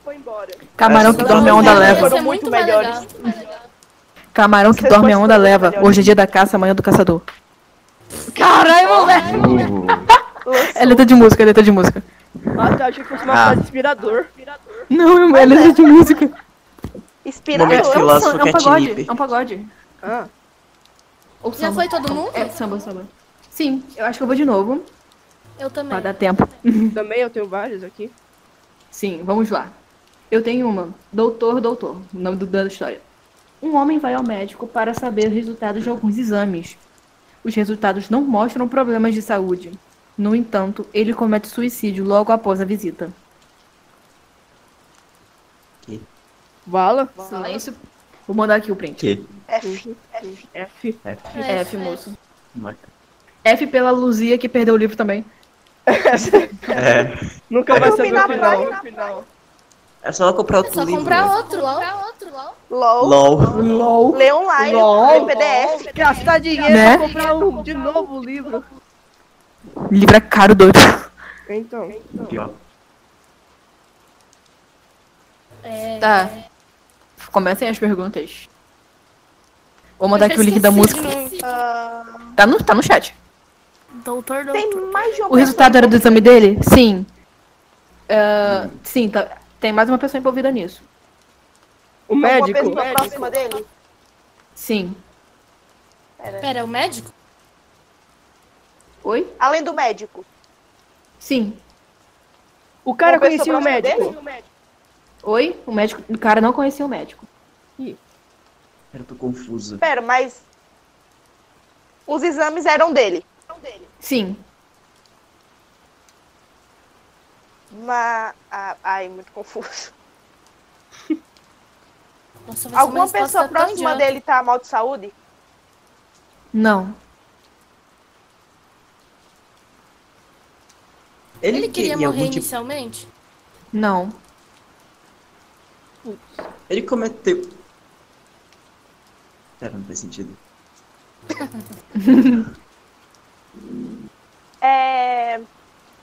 Camarão Essa que dorme a onda onda leva. Isso é Foram muito muito mais melhores. legal. Camarão que Vocês dorme a foram onda leva. melhores. Hoje é dia da caça, amanhã é do caçador. Caralho, moleque! É letra de música, é letra de música. Ah, tá, achei que fosse uma Ah. frase inspirador. Não, é letra de música. Momento É Inspirador. um, filósofo é um pagode. catnip. É um pagode. Ah, Ou Já samba. foi todo mundo? É samba, samba. Sim, eu acho que eu vou de novo. Eu também. Pra dar tempo. também eu tenho vários aqui. Sim, vamos lá. Eu tenho uma. Doutor, doutor. O nome do, da história. Um homem vai ao médico para saber os resultados de alguns exames. Os resultados não mostram problemas de saúde. No entanto, ele comete suicídio logo após a visita. Vala? Silêncio. Vou mandar aqui o print. Que? F. F. É, F, moço. Marca. F pela Luzia, que perdeu o livro também. É. Nunca vai Eu saber vi na o final. praia, É só ela comprar É outro só livro. comprar outro, LOL. outro, LOL. LOL. LOL. LOL. Lê online. LOL. Lê PDF. Gastar dinheiro Né? pra comprar um de novo livro. Livro é caro, doido. Então, Aqui, ó. Tá. Comecem as perguntas. Vou mandar Eu já aqui o link da esqueci música. de novo. Ah, Tá no, tá no chat. Doutor, tem doutor. mais de uma O resultado era do exame dele? Sim. Ah, sim, tá- tem mais uma pessoa envolvida nisso. o Uma médico. pessoa próxima dele? Sim. Pera, é o médico? Oi? Além do médico. Sim. O cara Uma pessoa conhecia o próxima médico. dele? Oi? O médico. O cara não conhecia o médico. Pera, eu tô confuso. Pera, mas. Os exames eram dele. Sim. Mas. ah, ai, muito confuso. Nossa, vai ser uma Alguma resposta pessoa tão próxima idiota. dele tá mal de saúde? Não. Ele, Ele queria queria algum morrer tipo- inicialmente? Não. Ele cometeu. Pera, não faz sentido. É.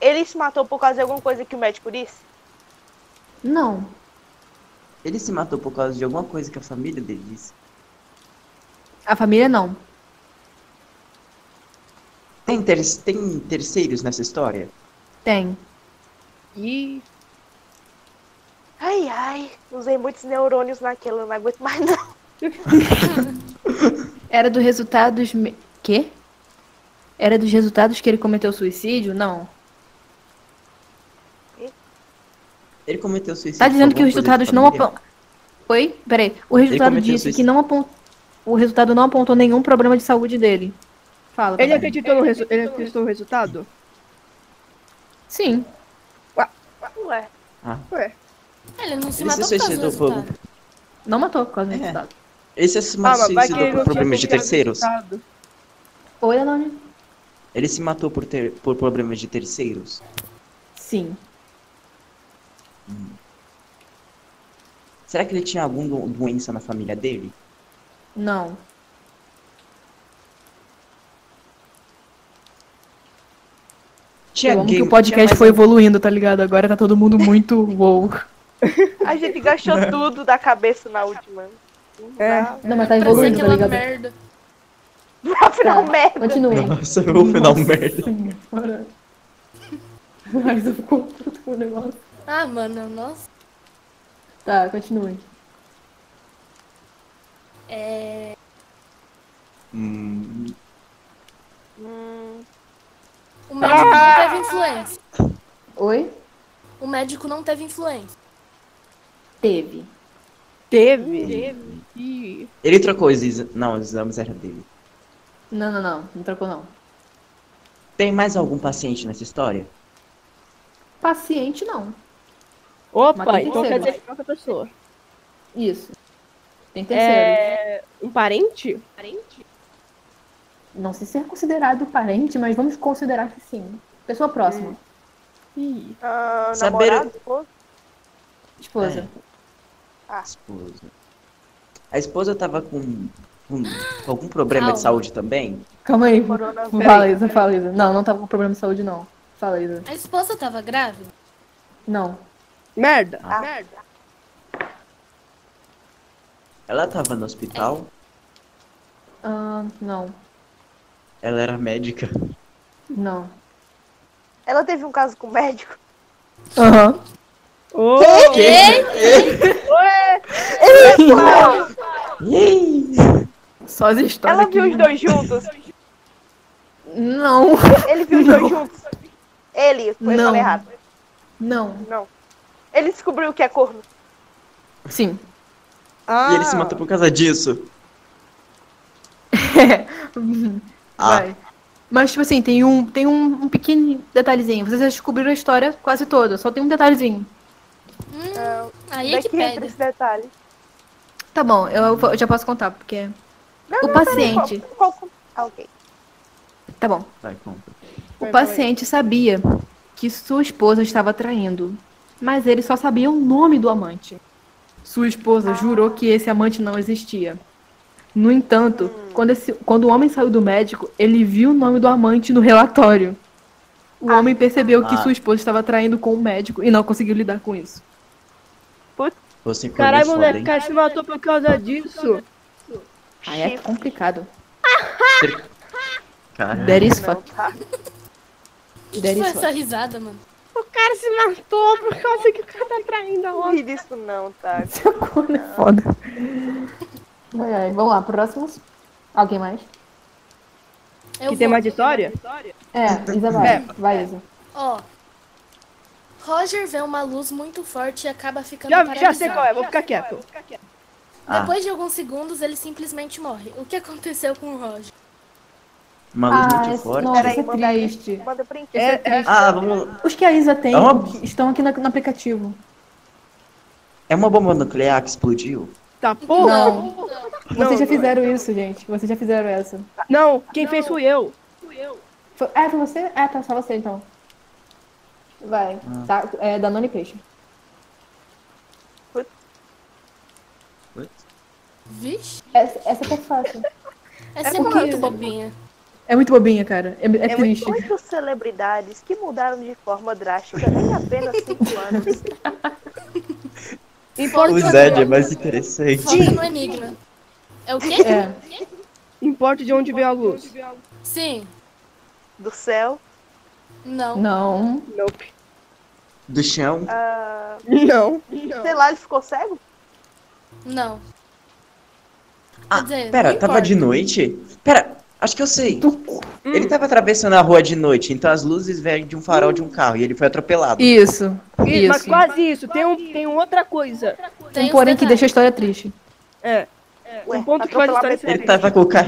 Ele se matou por causa de alguma coisa que o médico disse? Não. Ele se matou por causa de alguma coisa que a família dele disse. A família não. Tem, ter... Tem terceiros nessa história? Tem. Ih, Ai, ai. Usei muitos neurônios naquilo, não aguento mais não. Era do resultado dos. Me... Quê? Era dos resultados que ele cometeu suicídio? Não. Ele cometeu suicídio. Tá dizendo por que os alguma resultados coisa não familiar? apontam. Oi? Peraí. O resultado cometeu disse que suicídio. não apontou. O resultado não apontou nenhum problema de saúde dele. Fala. Ele Ele acreditou no, resu ele acreditou no resultado? Sim. Ué, Ah. Ah, Ele não se Ele se matou por causa do suicidou por- resultado. Não matou por causa do É. resultado. Esse é se Ah, mas vai que suicidou ele tá por não tinha problemas de confiado no terceiros? resultado. Oi, Anônimo? Ele se matou por, ter, por problemas de terceiros? Sim. Será que ele tinha alguma doença na família dele? Não. Tinha Eu amo alguém- que o podcast tinha mais- um. foi evoluindo, tá ligado? Agora tá todo mundo muito wow. a gente gastou tudo da cabeça na última. É. Tá? Não, mas tá Parecia evoluindo, tá aquela ligado? merda. Afinal, merda. Continua. Nossa, eu vou final merda. Bora. Mas eu fico puto com o negócio. Ah, mano, nossa. Tá, continue. Hum, O médico Ah! não teve influência. Oi? O médico não teve influência. Teve. Teve. Teve. Ih. ele trocou os exames. Não, os exames eram dele. Não, não, não. Não trocou, não. Tem mais algum paciente nessa história? Paciente, não. Mas Opa, tem então quer terceiro. dizer que é outra pessoa. Isso. Tem terceiro. É. Um parente? Parente? Não sei se é considerado parente, mas vamos considerar que sim. Pessoa próxima. É. Ih. Ah, Saber- namorado, esposo? Esposa. É. A esposa. A esposa tava com, com algum problema de Calma. saúde também? Calma aí. Coronavírus. Fala, Isa, fala, Isa. Não, tá não tava com problema de saúde, não. Fala, Isa. A esposa tava grávida? Não. Merda. Ah. Merda. Ela tava no hospital? Ah, não. Ela era médica? Não. Ela teve um caso com o médico. Aham. Ô, Ah. Só as histórias. Ela que- viu os dois juntos. Não. Ele viu os dois juntos. Ele, eu Não. falei errado. Não. Não. Ele descobriu que é corno. Sim. Ah. E ele se matou por causa disso? Uhum. Ah, Vai. Mas, tipo assim, tem um, tem um, um pequeno detalhezinho. Vocês já descobriram a história quase toda, só tem um detalhezinho. Aí é Daqui que entra pega. esse detalhe. Tá bom, eu, eu já posso contar, porque. Não, o Qual- paciente. qual- qual- ah, ok. Tá bom. vai, conta. O paciente sabia que sua esposa estava traindo, mas ele só sabia o nome do amante. Sua esposa jurou que esse amante não existia. No entanto, quando, esse- quando o homem saiu do médico, ele viu o nome do amante no relatório. O homem percebeu que Ah. sua esposa estava traindo com o médico e não conseguiu lidar com isso. Você foi Caralho, foda, moleque, hein? o cara se matou por causa disso. Aí é complicado. Caralho. That is Não, fuck. tá. O That que, que is foi what- essa risada, mano? O cara se matou por causa que o cara tá traindo a Não ri disso não, tá? É foda. Ai, ai. Vamos lá, próximos. Alguém mais? Eu Que tem vou. mais história? É, Isa vai. Vai, Isa. Ó. Roger vê uma luz muito forte e acaba ficando Já, já paralisado. sei qual é, vou ficar quieto. Ah, Depois de alguns segundos, ele simplesmente morre. O que aconteceu com o Roger? uma luz Ah, muito esse- forte. nossa, Peraí, isso é manda aí. triste. Manda print. É, é, Ah, vamos. Os que a Isa tem É uma- estão aqui na- no aplicativo. É uma bomba nuclear que explodiu? tá porra. Não. Não, Vocês já fizeram isso, gente. Vocês já fizeram essa. Não, quem fez fui eu. Foi... É, foi você? É, tá, só você então. Vai. Tá, é da Noni Peixe. Vixe. Essa, essa que é fácil. Essa é, porque- muito bobinha. É muito bobinha, cara. É, é É triste. Oito celebridades que mudaram de forma drástica em apenas cinco anos. O Zed é mais interessante. Foca no enigma. É o quê? É. Importa de onde veio a luz. Sim. Do céu. Não. Não. Nope. Do chão? Ah, Não. Sei lá, ele ficou cego? Não. Ah, Quer dizer, pera, não tava de importa. Hum. noite? Pera, acho que eu sei. Ele tava atravessando a rua de noite, então as luzes vieram de um farol de um carro e ele foi atropelado. Isso. Ih, Mas Isso. quase isso. Tem, um, tem outra coisa. Tem Um os porém que detalhes. deixa a história triste. É. Ué, Um ponto que atropelar faz pessoas. diferente. Ele tava com o ca...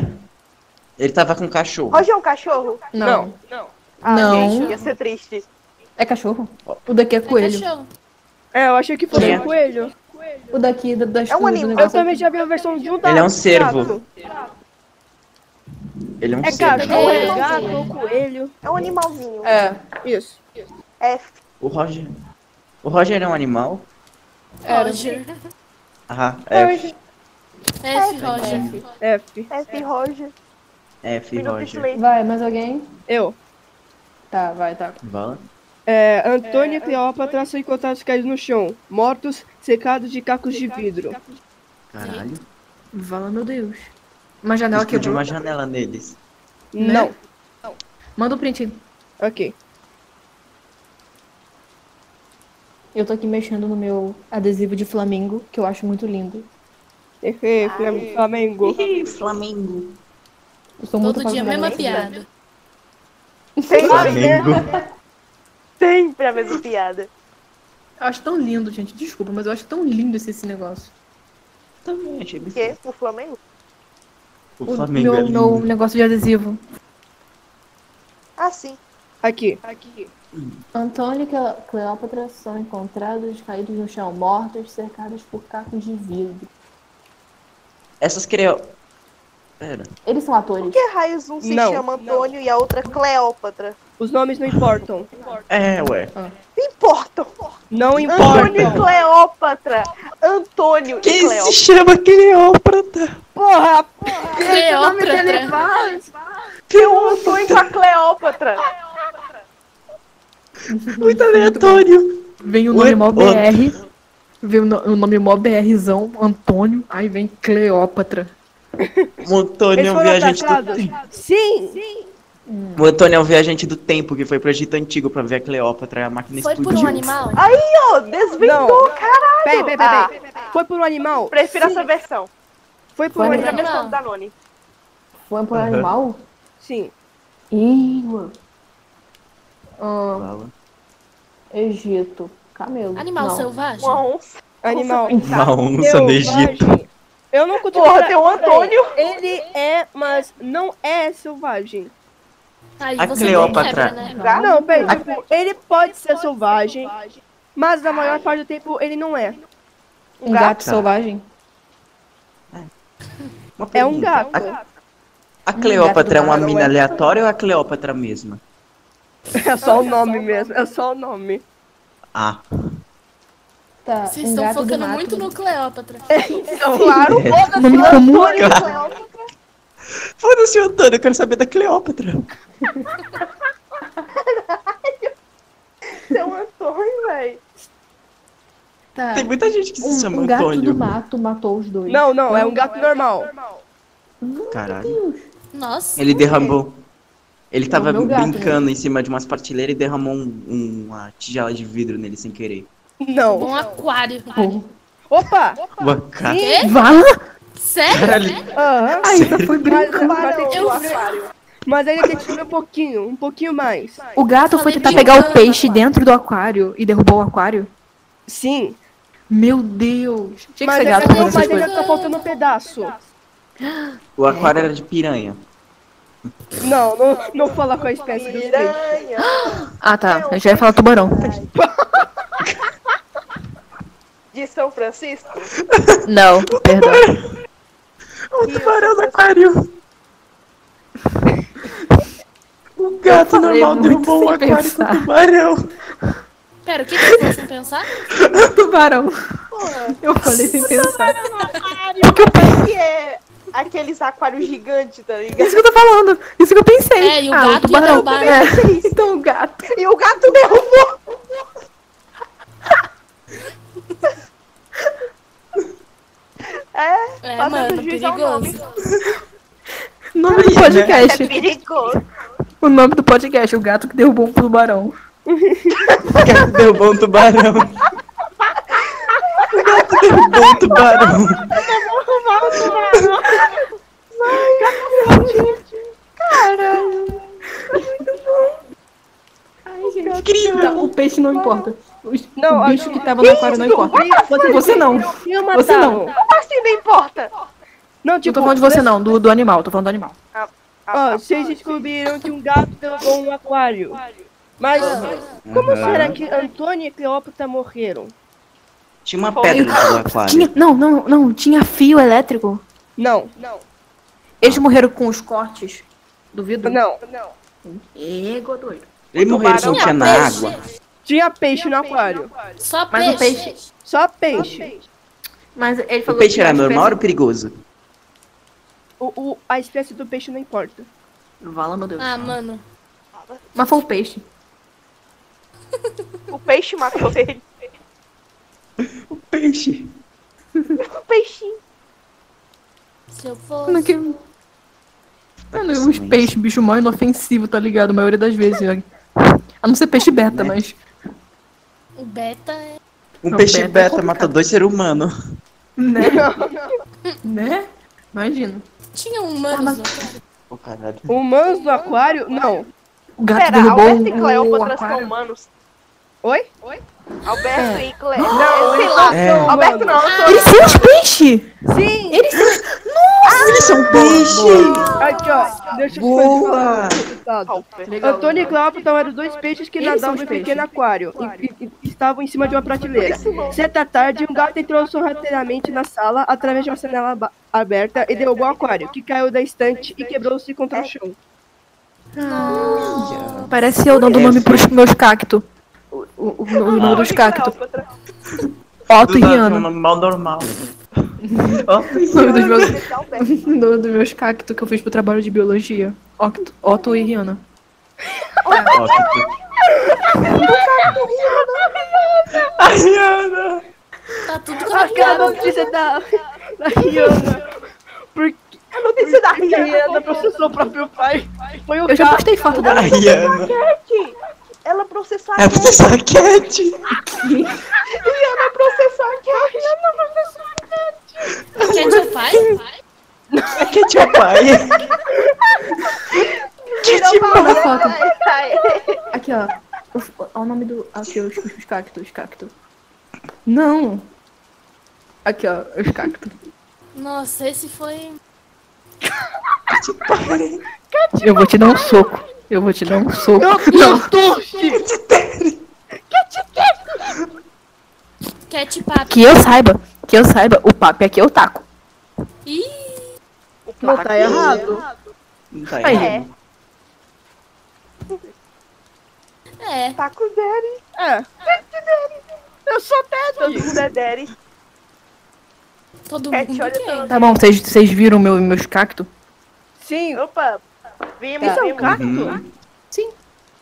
Ele tava com um cachorro. Roger é um cachorro? Não. não. Não. Gente, ia ser triste. É cachorro. O daqui é É coelho. cachorro. É, eu achei que fosse É. um coelho. O daqui da, da É um animal. Eu também já vi a versão de um Ele é um gato. cervo. Ele é um É cervo. cachorro, É. é gato, ou coelho. É um animalzinho. É. Isso. É, O Roger. O Roger é um animal? Roger. Ah, F, F. Roger. é, F. F. Roger. F, Minuto de Roger. silêncio. Vai, mais alguém? Eu. Tá, vai, tá. Vala. É, Antônio e Cleópatra são encontrados caídos no chão, mortos, secados de cacos de vidro. Caralho. Vala, meu Deus. Uma janela Explodiu quebrou. Né? uma janela neles. Não. Manda o print. Ok. Eu tô aqui mexendo no meu adesivo de Flamengo, que eu acho muito lindo. Efe, Flam- Flamengo. Ih, Flamengo. Eu sou muito Todo dia a apaixonada mesma por piada. é Flamengo. Sempre a mesma piada. assim, Eu acho tão lindo, gente. Desculpa, mas eu acho tão lindo esse, esse negócio. Também achei bem Porque o Flamengo? O O Flamengo meu, é meu lindo. negócio de adesivo. Ah, sim. Aqui. Antônio e Cle- Cleópatra são encontrados caídos no chão, mortos, cercados por cacos de vidro. Essas creu... Pera. Eles são atores. Por que raios um se Não. chama Antônio e a outra Cleópatra? Os nomes não importam. É, ué. Não importam. Não Antônio e importam. Cleópatra. Antônio e Quem se Cleópatra. chama Cleópatra? Porra, Cleópatra. um Eu Antônio com a Cleópatra. Muito aleatório. Vem o nome Oi, mó outro. BR. Vem o, no- o nome mó BRzão, Antônio. Aí vem Cleópatra. O Antônio é eles um foram viajante do... atacados. Sim. O Antônio é um viajante do tempo que foi pro Egito Antigo pra ver a Cleópatra. A máquina Foi por explodiu. um animal? Pô, desvendou, Não. cara. Peraí, peraí, peraí. peraí. Foi por um animal. Prefiro essa versão. Foi por um Foi Prefiro a animal. animal. versão do Danone. Foi por Aham. animal? Sim. Ih, mano. Ah, Fala. Egito. Camelo. Animal Não. selvagem? Uma onça. Animal. Uma onça no Egito. Selvagem. Eu não conto. Porra, tem o Antônio. Ele é, mas não é selvagem. Tá Aí A você não Cleópatra. quebra, né? Já? Não, peraí. Tipo, ele pode ser selvagem, mas na maior parte do tempo ele não é. Um gato Tá. selvagem? Uma É um pergunta. gato. A, a Cleópatra é uma mina aleatória ou é a Cleópatra mesma? É só o nome mesmo, é só o nome. Ah, Tá. Vocês um estão gato do focando mato. muito no Cleópatra. É Claro. Nome comum. Foda-se, Antônio, eu quero saber da Cleópatra. é Seu Antônio, velho. Tá. Tem muita gente que se Um, chama um gato do Antônio. mato matou os dois. Não, não, é um gato normal. Caralho. Nossa. Ele derramou. Ele tava meu gato, brincando em cima de umas prateleiras e derramou um- uma tigela de vidro nele sem querer. Não. Um aquário. Opa! Uma cara. Quê? Vala! Sério? Caralho. Aham. tá Ainda foi brincar. Mas, mas, tem que- Parou o aquário. mas ainda tem que subir um pouquinho, um pouquinho mais. O gato foi Falei tentar de pegar o engano, peixe aquário. dentro do aquário e derrubou o aquário? Sim. Meu Deus! Tinha que é Mas ser ainda, gato pra fazer mas essas ainda coisas. tá faltando um pedaço. O aquário era de piranha. Não, não, não fala com a espécie dos peixes. Piranha. Ah, tá. Eu já ia falar tubarão. De São Francisco. Não, perdão. O tubarão da O gato falei normal muito derrubou sem o aquário com pensar. tubarão. Pera, o que que vocês vão pensar? Tubarão. Eu falei sem pensar. que é aqueles aquários gigantes, tá ligado? Isso que eu tô falando. Isso que eu pensei. É, e o ah, gato ia o tubarão. derrubar, né? É. Então o gato. E o gato derrubou. É, É, Fazendo mano, juiz ao perigoso. Nome do é podcast. perigoso. O nome do podcast. O gato que derrubou um tubarão. O gato derrubou um tubarão. O gato derrubou um tubarão. Tá, o peixe não importa. O Não, o bicho que tava no aquário não importa. Você, você não. Eu Você não. Como assim não importa? Não, Eu tipo, tô falando de você não, do, do animal. Tô falando do animal. ó, vocês descobriram que um gato derrubou um aquário. Mas como assim? Aham. será que Antônio e Cleópatra morreram? Tinha uma pedra no aquário. Tinha, não, não, não. Tinha fio elétrico. Não, Eles morreram com os cortes do vidro? não. Ego doido. Ele morreu tubarão- soltinha na Peixe. água. Tinha peixe no aquário. Só Mas peixe. o Só peixe. Mas ele O falou peixe que era as normal ou perigoso? O, o- a espécie do peixe não importa. peças- Vala, meu Deus. Ah, mano. Mas foi o peixe. O peixe matou ele. O peixe. O peixinho. Se eu fosse. Mano, é que- Mano, os peixes, bicho mó inofensivo, tá ligado? A maioria das vezes. né? A não ser peixe beta, Né? mas. O beta é. Um Não, peixe beta é beta complicado. matou dois seres humanos. Né? né? Imagina. Tinha um humano. Pô, caralho. Humanos no aquário? Não. O gato Pera, derrubou Alberto e Ah, o, o Cleópatra são aquário. humanos. Oi? Alberto e Cleópatra. Não, sei lá. É. Alberto não, Eles Antônio. são os peixes! Sim! Ah, Eles são peixe! Aqui, ó. Deixa eu te Boa! falar o resultado. Alberto. Antônio e Cleópatra eram dois peixes que Eles são nadavam em um os peixes. pequeno aquário e, e- e estavam em cima de uma prateleira. Certa tarde, um gato entrou sorrateiramente na sala através de uma janela ba- aberta e derrubou o aquário, que caiu da estante e quebrou-se É. contra o chão. Parece eu dando É, nome sim. pros meus cactos. O, o, o- o nome dos cactos. Cleópatra. Otto e Um Rihanna. nome mal normal. Ó, O nome dos meus, o Alberto. nome dos meus cactos que eu fiz pro trabalho de biologia. Octo- Otto e Rihanna. ó, que- A Rihanna! Tá tudo Aquela conectado. notícia da, da Rihanna. Porque A notícia da a Rihanna Rihanna. processou o próprio pai. Foi o Eu já gato. postei foto A dela. Rihanna! Ela processar É pra ser saquete! Rihanna processar a Cat. Quer que eu faça? A Cat é o pai! Cat Olha a foto. Tá, é. Aqui, ó. Olha o nome do. Aqui, os, os cactos, os cactos. Não! Aqui, ó, os cactos. Nossa, esse foi. pai! Eu vou te dar um soco. Eu vou te dar um soco. Não, Cat Pap. que eu saiba, que eu saiba, o papo aqui é o taco. Ih, Não tá errado. Não tá Aí. errado. é. Tá com o Daddy. É. Eu sou Todo Ted. mundo é Daddy. Todo Cat, mundo olha quer. Tá bom, vocês vocês viram meu, meus cactos? Sim. Opa. Vimos, Isso é um vimos. cacto? Uhum.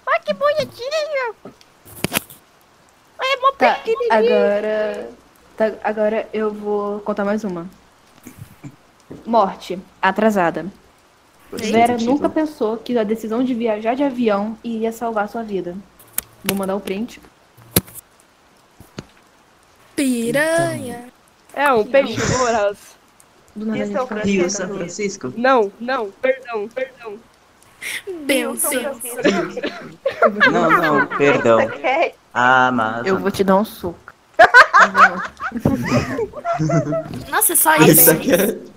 Ai, que bonitinho. É mó Tá, pequenininho. Agora. tá, agora eu vou contar mais uma. Morte. Atrasada. Gostei do Vera título. nunca pensou que a decisão de viajar de avião iria salvar sua vida. Vou mandar o print. Piranha. É um peixe voraz. Do nada a Isso gente é o fala- Rio São Francisco? Não, não, perdão, perdão. Benção. Não, não, perdão. Cat. Amazon. Eu vou te dar um soco. Nossa, só isso. Isso aqui-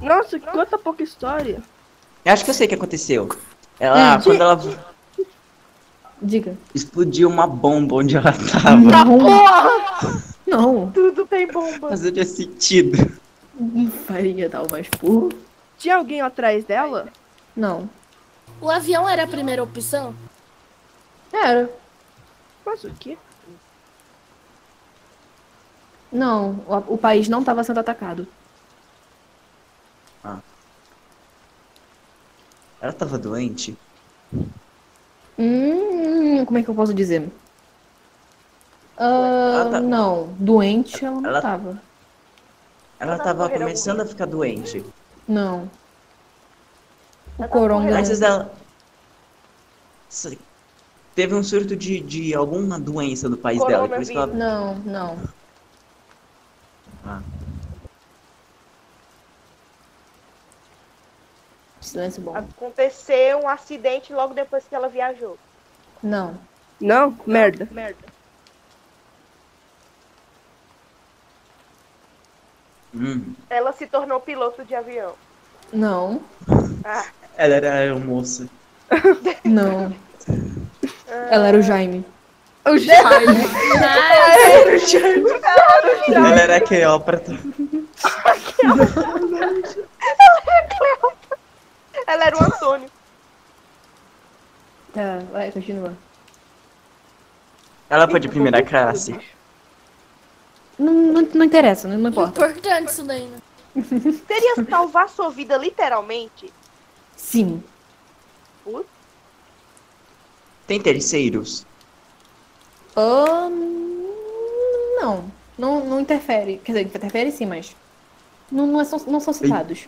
Nossa, quanta pouca história. Eu acho que eu sei o que aconteceu. Ela, quando ela Diga. explodiu uma bomba onde ela Hum. tava, Tá Não. Tudo tem bomba. mas não tinha sentido. Não faria talvez por. Tinha alguém atrás dela? Não. O avião era a primeira opção? Era. Mas o quê? Não. O, o país não estava sendo atacado. Ela tava doente? Hum, como é que eu posso dizer? Ah, Ela tá- Não, doente ela não Ela- tava. Ela tava começando a ficar doente. Não. O tá Ela coronga. Antes dela. Se- Teve um surto de, de alguma doença no país dela. Por isso que ela... Não, não. Ah. Silêncio bom. Aconteceu um acidente logo depois que ela viajou. Não. Não? Merda. Merda. Hum. Ela se tornou piloto de avião. Não. Ah, Ela era aeromoça. Não. Ela era o Jaime. O Jaime. Ela era queópata. ela era o Antônio. Tá, vai, continua. Ela foi de primeira classe. Não, não, não interessa, não, não importa. Importante isso daí, né? Seria Uhum. salvar sua vida literalmente? Sim. Tem terceiros? Ahn, Hum, não. não. Não interfere. Quer dizer, interfere sim, mas. Não, não, é- são, não são citados.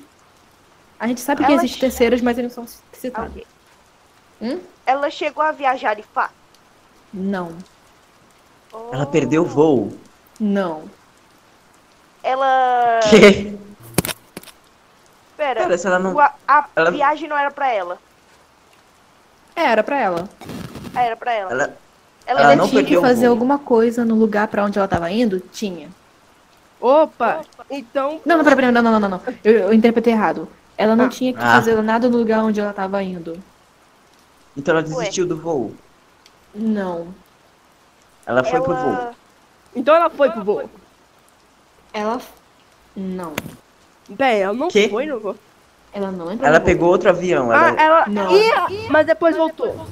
A gente sabe que Ela existem terceiros, mas eles não são citados. Ok. Hum? Ela chegou a viajar de fato. Não. Ela perdeu o voo. Não. Ela. Que? Pera, Cara, se ela não. o- a, a ela- viagem não era pra ela. É, era pra ela. Ah, Era pra ela. Ela, Ela, ela ainda Ah, não tinha que perdeu o fazer voo. alguma coisa no lugar pra onde ela tava indo? Tinha. Opa. Então, Não, não, peraí, peraí, não, não, não, não. Eu, eu interpretei errado. Ela não Ah. tinha que Ah. fazer nada no lugar onde ela tava indo. Então ela desistiu do voo. Não. Ela foi pro ela- voo. então ela foi pro voo. Ela. Não. Bem, ela não Que? foi no voo. Ela não entrou. Ela no voo. pegou outro avião. Ah, Ela... ela Não. ia, mas depois voltou.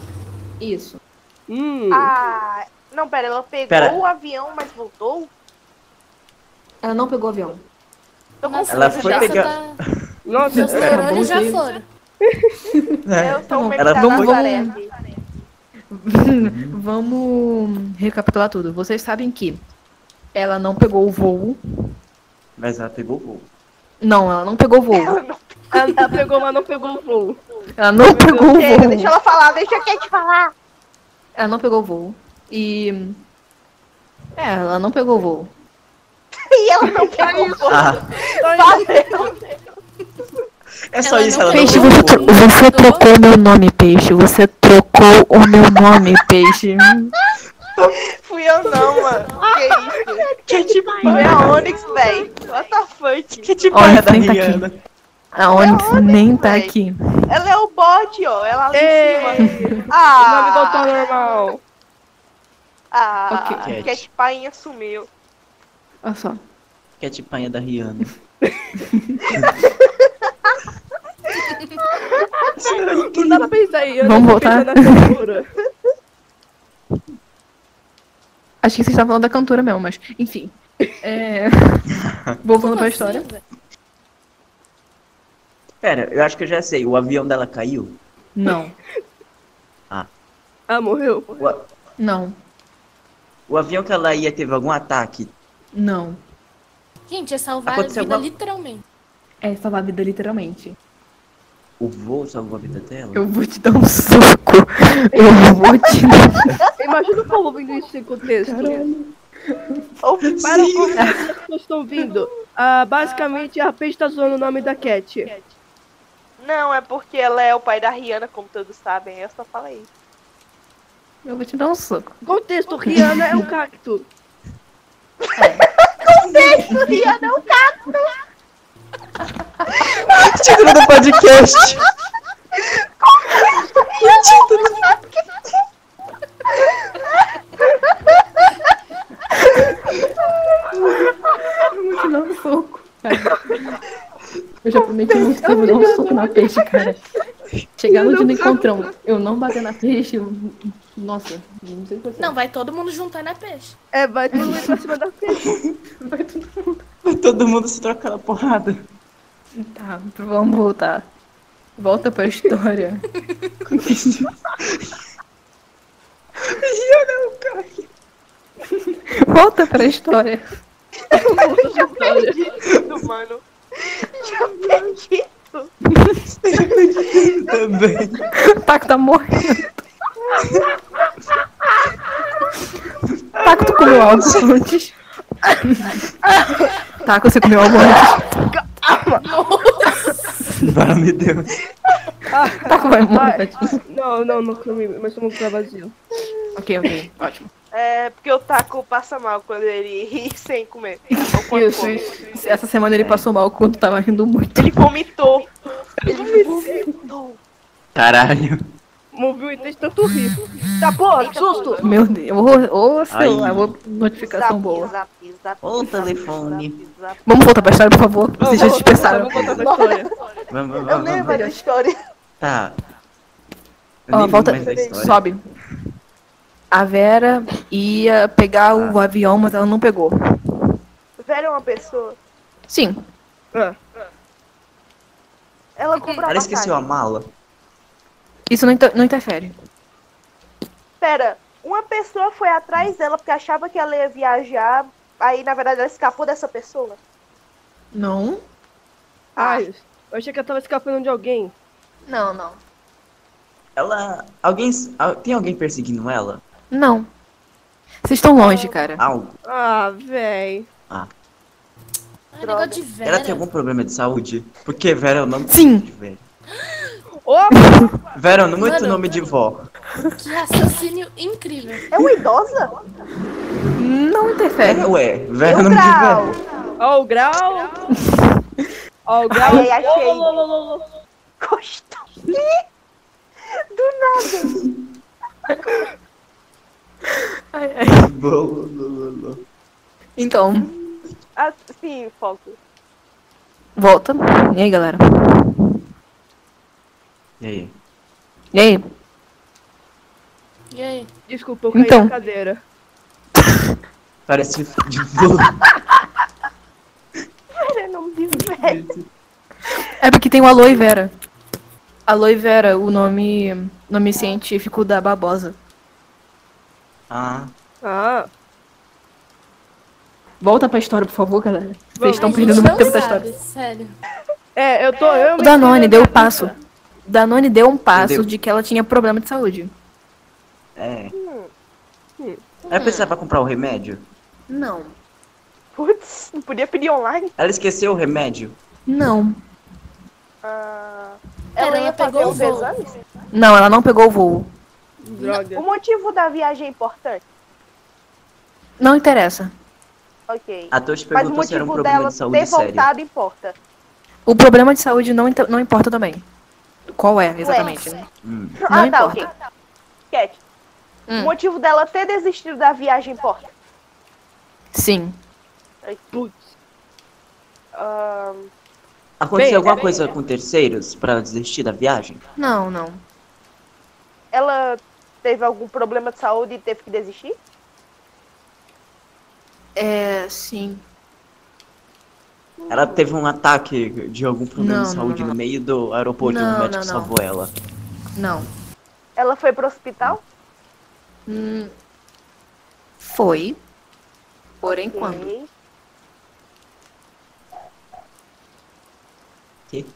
Isso. Hum. Ah, não, pera, ela pegou Pera. o avião, mas voltou? Ela não pegou o avião. Tô Nossa, confusa Ela foi já. já pegar- tá- Nossa, Meus Pera, neurônios já vamos ver. foram. É. Eu sou uma Ela- imitada vamos- Nazaré vamos- aqui. Vamos recapitular tudo. Vocês sabem que ela não pegou o voo. Mas ela pegou o voo. Não, ela não pegou o voo. ela, ela pegou, mas não pegou o voo. Ela não pegou o Chega, deixa voo. ela falar, deixa é a Kate falar. Ela não pegou o voo. E. É, ela não pegou o voo. E ela não pegou o voo. Ah, é só Ela isso, não ela não fez pegou o voo. Você trocou meu nome, peixe. Você trocou o meu nome, peixe. Fui eu não, mano. Que isso? Foi a Onyx, véi. What the fuck? Que tipo Olha, é da senta aqui. Rihanna? A Onyx nem tá véi. aqui. tipo- Ela é o bot, ó. Ela ali É. em cima. Ei, o nome voltou ao Ah, normal. ah Ok, Cat. Cat Painha sumiu. Olha só. Que é tipo é da Rihanna. Não dá pra pensar aí. eu Vamos tô voltar? pensando na censura. Acho que vocês estavam falando da cantora mesmo, mas enfim. É... Voltando pra história. assim? Pera, eu acho que eu já sei. O avião dela caiu? Não. Ah, morreu. O, a- Não. o avião que ela ia teve algum ataque? Não. Gente, é salvar Aconteceu a vida alguma- literalmente. É salvar a vida literalmente. O voo salvou a vida dela? Eu vou te dar um soco. Eu vou te dar. Imagina o povo ouvindo isso sem contexto. Ou Para o contexto que as pessoas estão ouvindo. Ah, basicamente, a peixe tá zoando o nome da Cat. Não, é porque ela é o pai da Rihanna, como todos sabem. Eu só falei isso. Eu vou te dar um soco. Contexto, Rihanna é um cacto. Rihanna é o Título do podcast! Eu vou te dar um soco. cara. Eu já prometi muito que eu vou dar um soco na peixe, cara. Chegar no dia do encontrão, eu não bater na peixe. eu- Nossa, não sei o que você. Não, vai todo mundo juntar na peixe. É, vai todo mundo pra cima da peixe. Vai tudo. Todo mundo se troca na porrada. Tá, vamos voltar. Volta pra história. Volta pra história. Pedro, mano. Já perdi. Também. Taco tá morrendo. Taco, tu comeu algo antes? Taco, você comeu algo antes? Ah, meu Deus. Taco vai morrer. Não, não, não comi, mas estou muito vazio. Ok, ok. Ótimo. É porque o Taco passa mal quando ele ri sem comer. Ou quando Isso, come. isso. Essa semana ele passou mal quando tava rindo muito. Ele vomitou. Ele vomitou. Caralho. Moviu o intestino tanto rir. Tá, porra, que susto! Meu Deus. Ô, ô, sei Ai. lá, ô, notificação Zap, boa. zap, zap, zap, Ô, zap, telefone. zap, zap. Vamos voltar pra história, por favor. Vocês já Vamos voltar, dispensaram. vamos voltar pra história. Vamos, vamos, Eu vamos. nem mais a história. Tá. Eu Ó, nem vi volta- mais a história. Sobe. A Vera ia pegar Ah. o avião, mas ela não pegou. Vera é uma pessoa. Sim. Ah, Ela comprava. Ela esqueceu a mala. Isso não, inter- não interfere. Pera, uma pessoa foi atrás dela porque achava que ela ia viajar. Aí, na verdade, ela escapou dessa pessoa. Não. Ah. Ai, eu achei que eu tava escapando de alguém. Não, não. Ela. Alguém. al- Tem alguém perseguindo ela? Não. Vocês estão longe, cara. Algo. Ah, véi. Ah, negócio de Vera. Ela tem algum problema de saúde? Porque Vera é o nome Sim. de Vera. Opa! Vera é muito Mano. nome de vó. Que raciocínio incrível. É uma idosa? Não interfere. Vera, ué. Vera é Eu nome grau. de Vera. Ó o grau! Ó o grau! Ai, ai, achei. Lô, lô, lô, lô, lô. Gostou. Ih, Do nada. Lô, lô, lô, lô. Então, Ah, sim, foco. volta. E aí, galera? E aí? E aí? E aí? Desculpa, eu caí Então. na cadeira. Parece de vó. Vera é nome de Vera. É porque tem o Aloe Vera. Aloe Vera, o nome, nome científico da babosa. Ah. Ah, Volta pra história, por favor, galera. Vocês Vamos. estão A gente perdendo não muito tempo da sabe, história. Sério. é, eu tô. Eu O Danone deu o passo. O Danone deu um passo Entendeu? de que ela tinha problema de saúde. É. Ela precisava comprar o remédio? Não. Putz, não podia pedir online. Ela esqueceu o remédio? Não. Ah, Pera, ela pegou o os voo. exames? Não, ela não pegou o voo. Droga. O motivo da viagem é importante? Não interessa. Ok. A Mas Tosh o perguntou se era um motivo problema dela de saúde ter sério. voltado importa. O problema de saúde não, inter- não importa também. Qual é, exatamente. né? Hum. ah, tá, importa. ok. Cat, Hum. o motivo dela ter desistido da viagem importa. Sim. Putz. Ahn, Aconteceu Bem, é alguma bem, coisa com terceiros pra ela desistir da viagem? Não, não. ela teve algum problema de saúde e teve que desistir? É, sim. Ela teve um ataque de algum problema Não, de não, saúde não. no meio do aeroporto e Não, o médico não, não. salvou ela. Não. Ela foi pro hospital? Hum, Foi. Porém, quando? Ok. Que?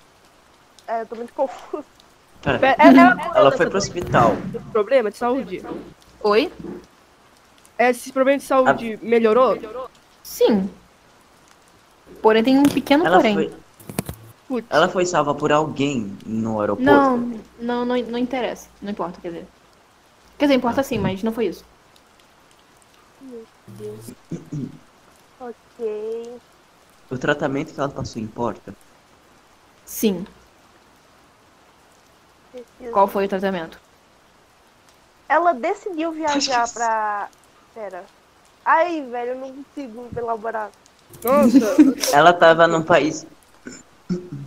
É, eu tô muito confusa. Pera, Pera, é, ela, Ela tá foi pro hospital. problema de saúde? É, Oi? Esse problema de saúde melhorou? Sim. Porém, tem um pequeno Ela porém. foi, Putz. ela foi salva por alguém no aeroporto. Não, não, não, não interessa. Não importa, quer dizer. Quer dizer, Ah, importa tá. sim, mas não foi isso. Hum. Ok. O tratamento que ela passou importa. Sim. Qual foi o tratamento? Ela decidiu viajar Jesus. pra. Pera. Ai, velho, eu não consigo elaborar. Nossa. Ela tava num país.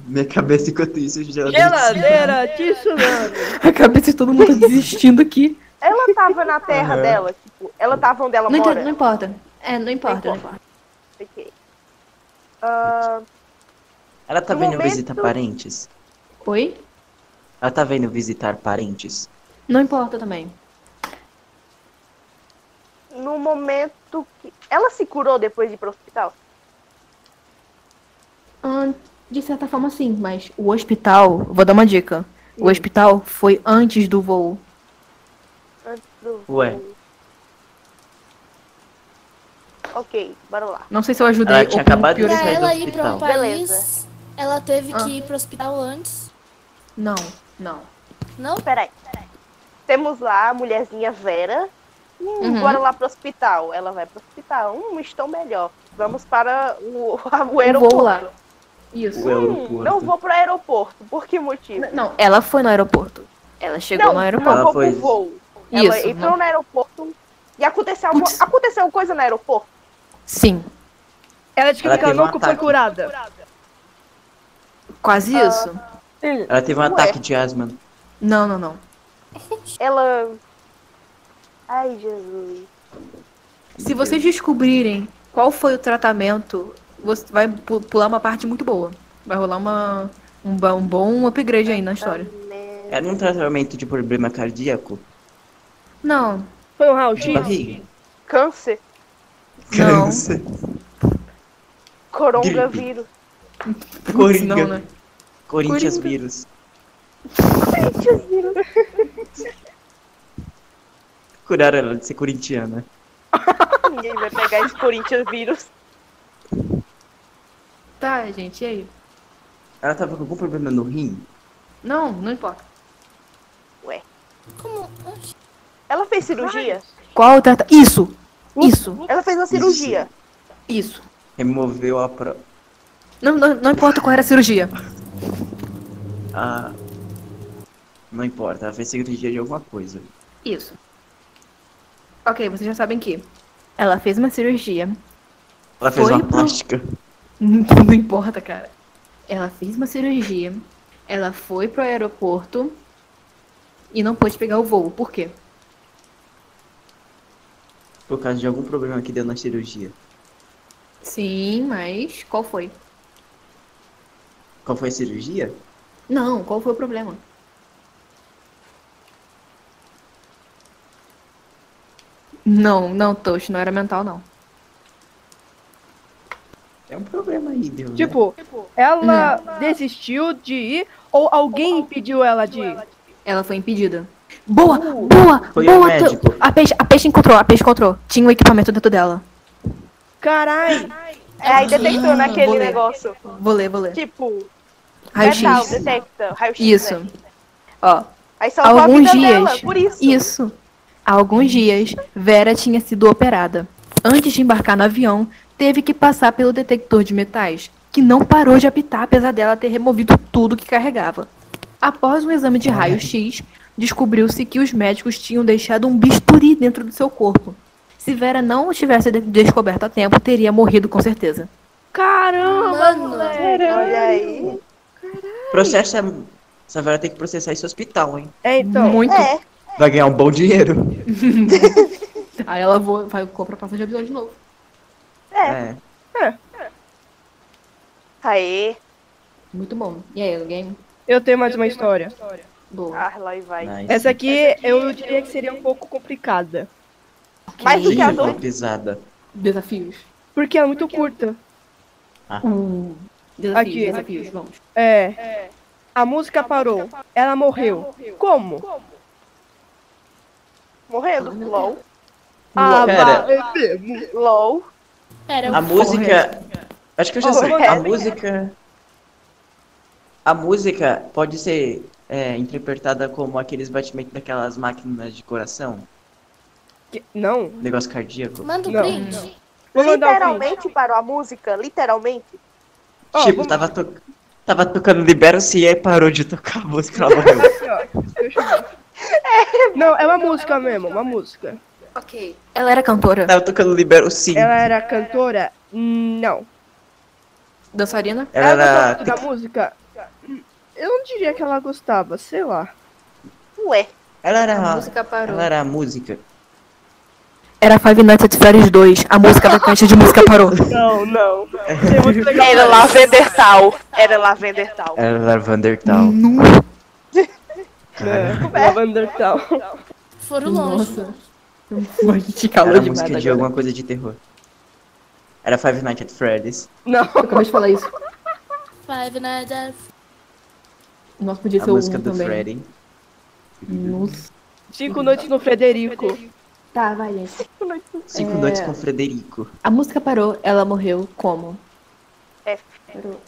Minha cabeça enquanto isso já Geladeira de tsunami. A cabeça de todo mundo tá desistindo aqui. Ela tava na terra Aham. dela, tipo, ela tava onde ela Não, mora. inter- não importa. É, não importa, não importa. Ok. Ahn, Ela tava No indo momento- visitar parentes. Oi? Ela tava indo visitar parentes. Não importa também. no momento que. Ela se curou depois de ir pro hospital? Ahn, Ah, de certa forma, sim, mas o hospital, vou dar uma dica. O hospital foi antes do voo. Antes do. Ué. Ok, bora lá. Não sei se eu ajudei Ela tinha ou um acabado de piorei. Pra sair do ela ir pra um hospital. país, Beleza. ela teve é Ah. que ir pro hospital antes. Não, Não. Não? Peraí, peraí. Temos lá a mulherzinha Vera. Hum, Uhum. Bora lá pro hospital. Ela vai pro hospital. Hum, estou melhor. Vamos para o, o aeroporto. Vou lá. O Isso. Hum, não aeroporto. vou pro aeroporto. Por que motivo? Não, ela foi no aeroporto. Ela chegou Não, no aeroporto. não Ela vou foi- pro voo. Ela Isso, entrou não. no aeroporto e aconteceu, alguma- Putz. aconteceu coisa no aeroporto. Sim, Ela descobriu Ela que ela teve um nunca foi ataque. curada. quase Ah. isso. Ela teve um Ué. ataque de asma. Não, não, não. Ela. Ai, Jesus. Se vocês descobrirem qual foi o tratamento, você vai pu- pular uma parte muito boa. Vai rolar uma, um, ba- um bom upgrade aí na história. Era um tratamento de problema cardíaco? Não, Foi um Raul X? Barriga? Câncer, Não. Câncer? coronavírus. putz, Coringa. não, né? Corinthians Coringa. vírus. Curaram ela de ser corintiana. Ninguém vai pegar esse Corinthians vírus. Tá, gente, e aí? Ela tava com algum problema no rim? Não, não importa. Como? Oxi. Ela fez cirurgia? Qual o tratamento? Isso! Isso! Ela fez uma cirurgia. Isso! Removeu a pro... Não, não, não importa qual era a cirurgia. a... Ah, Não importa, ela fez cirurgia de alguma coisa. Isso. Ok, vocês já sabem que ela fez uma cirurgia. Ela fez Foi uma pro- plástica. Não importa, cara. Ela fez uma cirurgia. Ela foi pro aeroporto e não pôde pegar o voo. Por quê? Por causa de algum problema que deu na cirurgia. Sim, mas qual foi? Qual foi a cirurgia? Não, qual foi o problema? Não, não, Tosh, não era mental, não. É um problema aí, deu. né? Tipo, ela desistiu de ir ou alguém impediu ela de ir? Ela foi impedida. Uh! Boa, boa, Foi o boa, Tosh. médico. A peixe, a peixe encontrou, a peixe encontrou. Tinha um equipamento dentro dela. Caralho! É, aí detectou naquele vou ler. negócio. Vou ler, vou ler. Tipo, Raio-X. metal, detecta. Raio-X. Isso. né? Ó, Aí salvou Alguns a vida dias. dela, por isso. Isso. Há alguns dias, Vera tinha sido operada. Antes de embarcar no avião, teve que passar pelo detector de metais, que não parou de apitar apesar dela ter removido tudo que carregava. Após um exame de raio-x, descobriu-se que os médicos tinham deixado um bisturi dentro do seu corpo. Se Vera não o tivesse de- descoberto a tempo, teria morrido com certeza. Caramba, É, Mano. moleque! Olha aí. Processa. é- Essa velha tem que processar esse hospital, hein? É, então, Muito. É. Vai ganhar um bom dinheiro. Aí ela vou, vai comprar passagem de avião de novo. É. Aê. Muito bom. E aí, alguém? eu tenho mais uma história. Boa. Ah, lá e vai. Nice. Essa aqui eu diria que seria um pouco complicada. Mais do que as Gente, outras. uma pisada. Desafios. Porque é muito curta. Hum. Desafios, Aqui. desafios, vamos. É. A música parou. Ela morreu. Como? Morrendo. LOL. Ah, Cara. vá. LOL. Pera, eu A música. Acho que eu já Oh, sei. é. A música. A música pode ser é, interpretada como aqueles batimentos daquelas máquinas de coração, um Que- Não. negócio cardíaco. Manda um Não. print. Vou mandar um print. Literalmente parou a música. Literalmente. Ó, tipo, vamos- tava, to... tava tocando Libera-se e aí parou de tocar a música. Ela morreu. Aqui, ó. Deixa eu ver. Não, é uma música mesmo, uma música. Ok. Ela era cantora? tava tocando Libera-se. Ela era cantora? Não. Dançarina? Ela Ela era. gostava da música? Eu não diria que ela gostava, sei lá. Ué. Ela A era. música parou. Ela era a música. Era Five Nights at Freddy's 2. A música da caixa de música parou. Não, não. Achei muito legal. né? Era Lavender Tal. Era Lavender Tal. Ela era Vander Tal. Cara, É, Lavender Town. Foram longe. A gente Era calou a demais música de agora. alguma coisa de terror. Era Five Nights at Freddy's. Não. Eu acabei de falar isso. Five Nights at Nossa, podia A é ser o música um do também. Freddy. Nossa. Cinco noites no Frederico. Tá, vai, gente. Cinco É. noites com Frederico. A É. música parou, ela morreu como? F. Parou.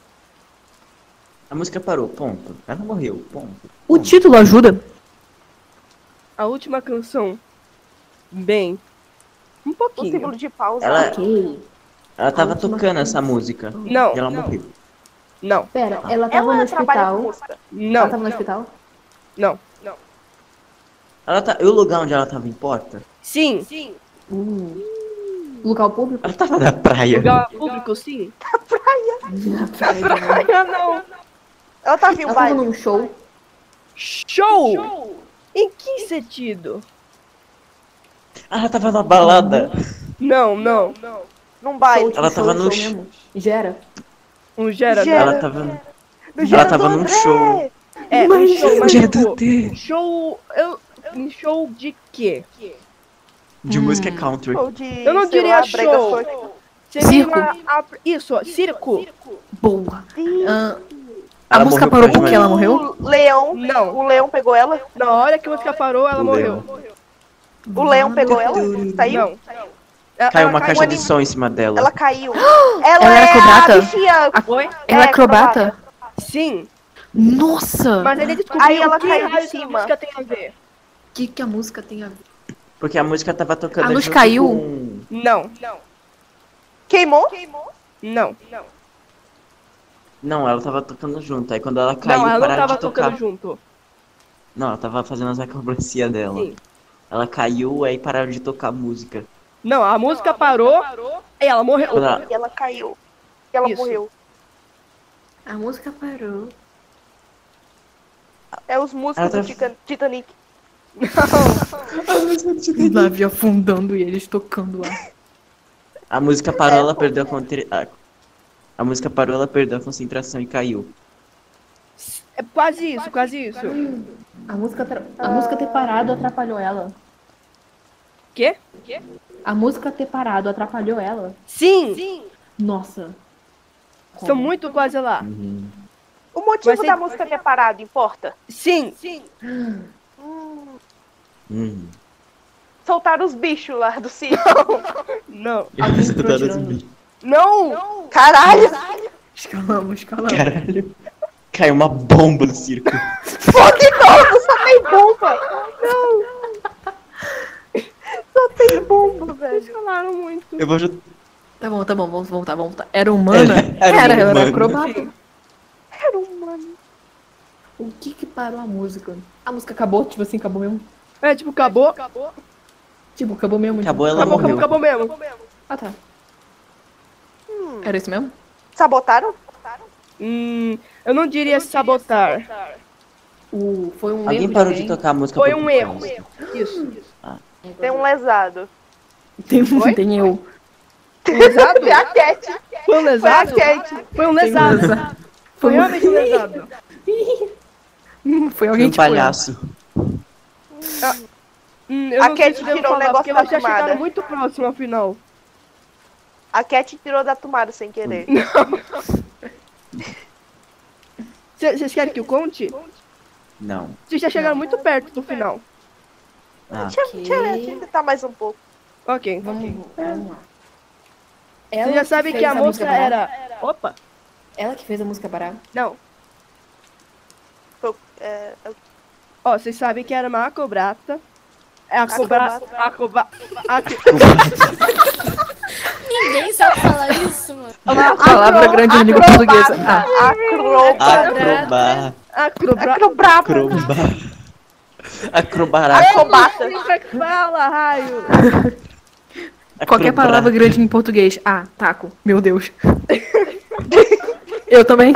A música parou, ponto. Ela morreu, ponto. O título ajuda? A última canção. Bem. Um Um pouquinho. símbolo de pausa. Ela, Ok. ela tava última tocando essa música. Não, E ela não, morreu. não, Pera, ela tava Ela trabalha no com hospital. música. ela não, tava no hospital? não. Ela tá. E o lugar onde ela tava importa? Sim, sim. Hum. Local público? Ela tava na praia. Lugar público, sim. Praia, não. Ela tá vindo Ela tava baile. num show? Show! Em que sentido? Ah, Ela tava na balada. Não, não. Num baile. Ela tava no sh- mesmo? Gera? Um gera. Gera. Ela tava. É. Do jeito tava do num André. show. É, um show, mas Dia tipo, do T. um show. Eu, um show de quê? De música country. Show de, Eu não sei diria lá, brega show. funk. Seria Circo. uma apre- Isso, ó, circo. Boa. Ih, Ah, a Ela música morreu parou pra porque demais. ela morreu? O leão. Não. O leão pegou ela. Na hora que a música parou, ela morreu. O leão pegou ela. Saiu. Não. Ela- Caiu ela uma caixa de anim- som em cima dela. Ela caiu. Ela, Ela era é acrobata? a bichinha. Oi? Ela é acrobata? Sim. Nossa! Mas ele descobriu Aí ela o que caiu de raio que a cima. música tem a ver. O que, que a música tem a ver? Porque a música tava tocando. A luz junto caiu? com- Não, não, Queimou? não. Não, ela tava tocando junto. Aí quando ela caiu, Não, ela não pararam tava de tocar. tocando junto. Não, ela tava fazendo as acrobacias dela. Sim. Ela caiu, aí pararam de tocar música. Não, a música parou e ela morreu. Quando ela- E ela caiu. E ela Isso. morreu. A música parou. É os músicos Ela tá- do Titan- Titanic. Um O navio afundando e eles tocando lá. A música parou, ela perdeu a contra... a- A música parou, ela perdeu a concentração e caiu. É quase isso, quase isso. A música, tra- a música ter parado atrapalhou ela. Quê? A música ter parado atrapalhou ela. Sim, Nossa. estou Como? muito quase lá. Uhum. O motivo Vai ser- da música ter parado importa? Sim, Hum. Soltaram os bichos lá do sítio. não, Alguém Isso tá dando entrou tirando. bicho. não, Caralho! Escalamos, escalamos. Caralho. Caiu uma bomba no circo. Fogo novo, só tem bomba! Não! Só tem bomba, eles velho. falaram muito. Eu vou ju- Tá bom, tá bom, vamos voltar, vamos voltar. Era humana? Era Era, ela humana. era acrobata. Era humano. O que que parou a música? A música acabou? Tipo assim, acabou mesmo? É, tipo, acabou, Tipo, acabou mesmo? Acabou, ela acabou, acabou, morreu. acabou mesmo. Ah, tá. Era isso mesmo? Sabotaram? Hum, eu não diria sabotar. O... Foi um Alguém erro parou de alguém? tocar a música Foi por um erro. trás. Isso. Tem um lesado. Tem, um Oi? tem eu. Lesado? Foi a Cat, Foi um foi a lesado? Cat. Foi um Tem lesado. essa. Foi realmente um lesado. Hum, Foi Foi alguém um tipo eu. palhaço. Hum, eu A não sei Cat se devo tirou o falar, um negócio porque elas da já chegaram tomada. muito próximo ao final. A Cat tirou da tomada sem querer. Cê- Vocês querem que eu conte? Não. Vocês já chegaram muito perto do final. Ah, Deixa deixa eu tentar mais um pouco. Ok. Vamos, vamos lá. Você Ela já sabe que fez a moça parar. era. Opa! Ela que fez a música parar. Não. Foi- é, Ó, vocês sabem que era uma acobrata. É a cobra. Acrobata. A cobra. Ninguém sabe falar isso, mano. é Palavra grande língua portuguesa. Ah, Acrobata. acrobar. Acrobata. Acrobata. Acrobar. Ah, Acrobará. Acrobata. Como é que fala, raio? qualquer acrobar. palavra grande em português. Ah, taco. Meu Deus. eu também.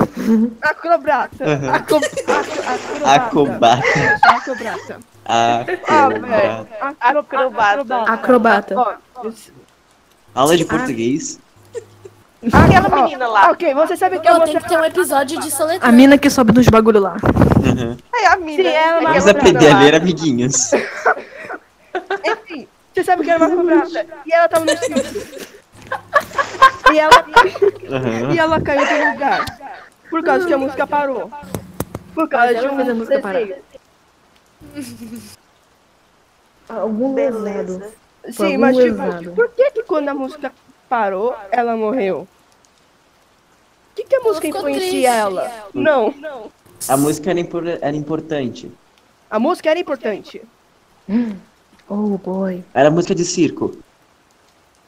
Acrobata. Acro- acro- Acrobata. Acobata. Acrobata. Ah, Acobata. Acro- Acrobata. Acrobata. Ó, isso- Aula de português? Ah, Aquela ó, menina lá. Ok, você sabe que é a Pô, tem moça. que ter um episódio de A soletrando. mina que sobe nos bagulho lá. É a mina. Sim, ela é uma Aquela Vamos Acrobata. aprender a ler, amiguinhos. Enfim, você sabe que era uma cobrada. E ela tava no escuro. E ela, Aham. e ela caiu do lugar. Por causa que a música parou. Por causa de ela fez a um música parar. desenho. Algum lesado. Beleza. Sim, algum mas tipo, lesado. por que que quando a música parou, ela morreu? O que que a música ficou influencia triste. ela. Não. A música era, impor- era importante. A música era importante. Oh, boy. Era música de circo.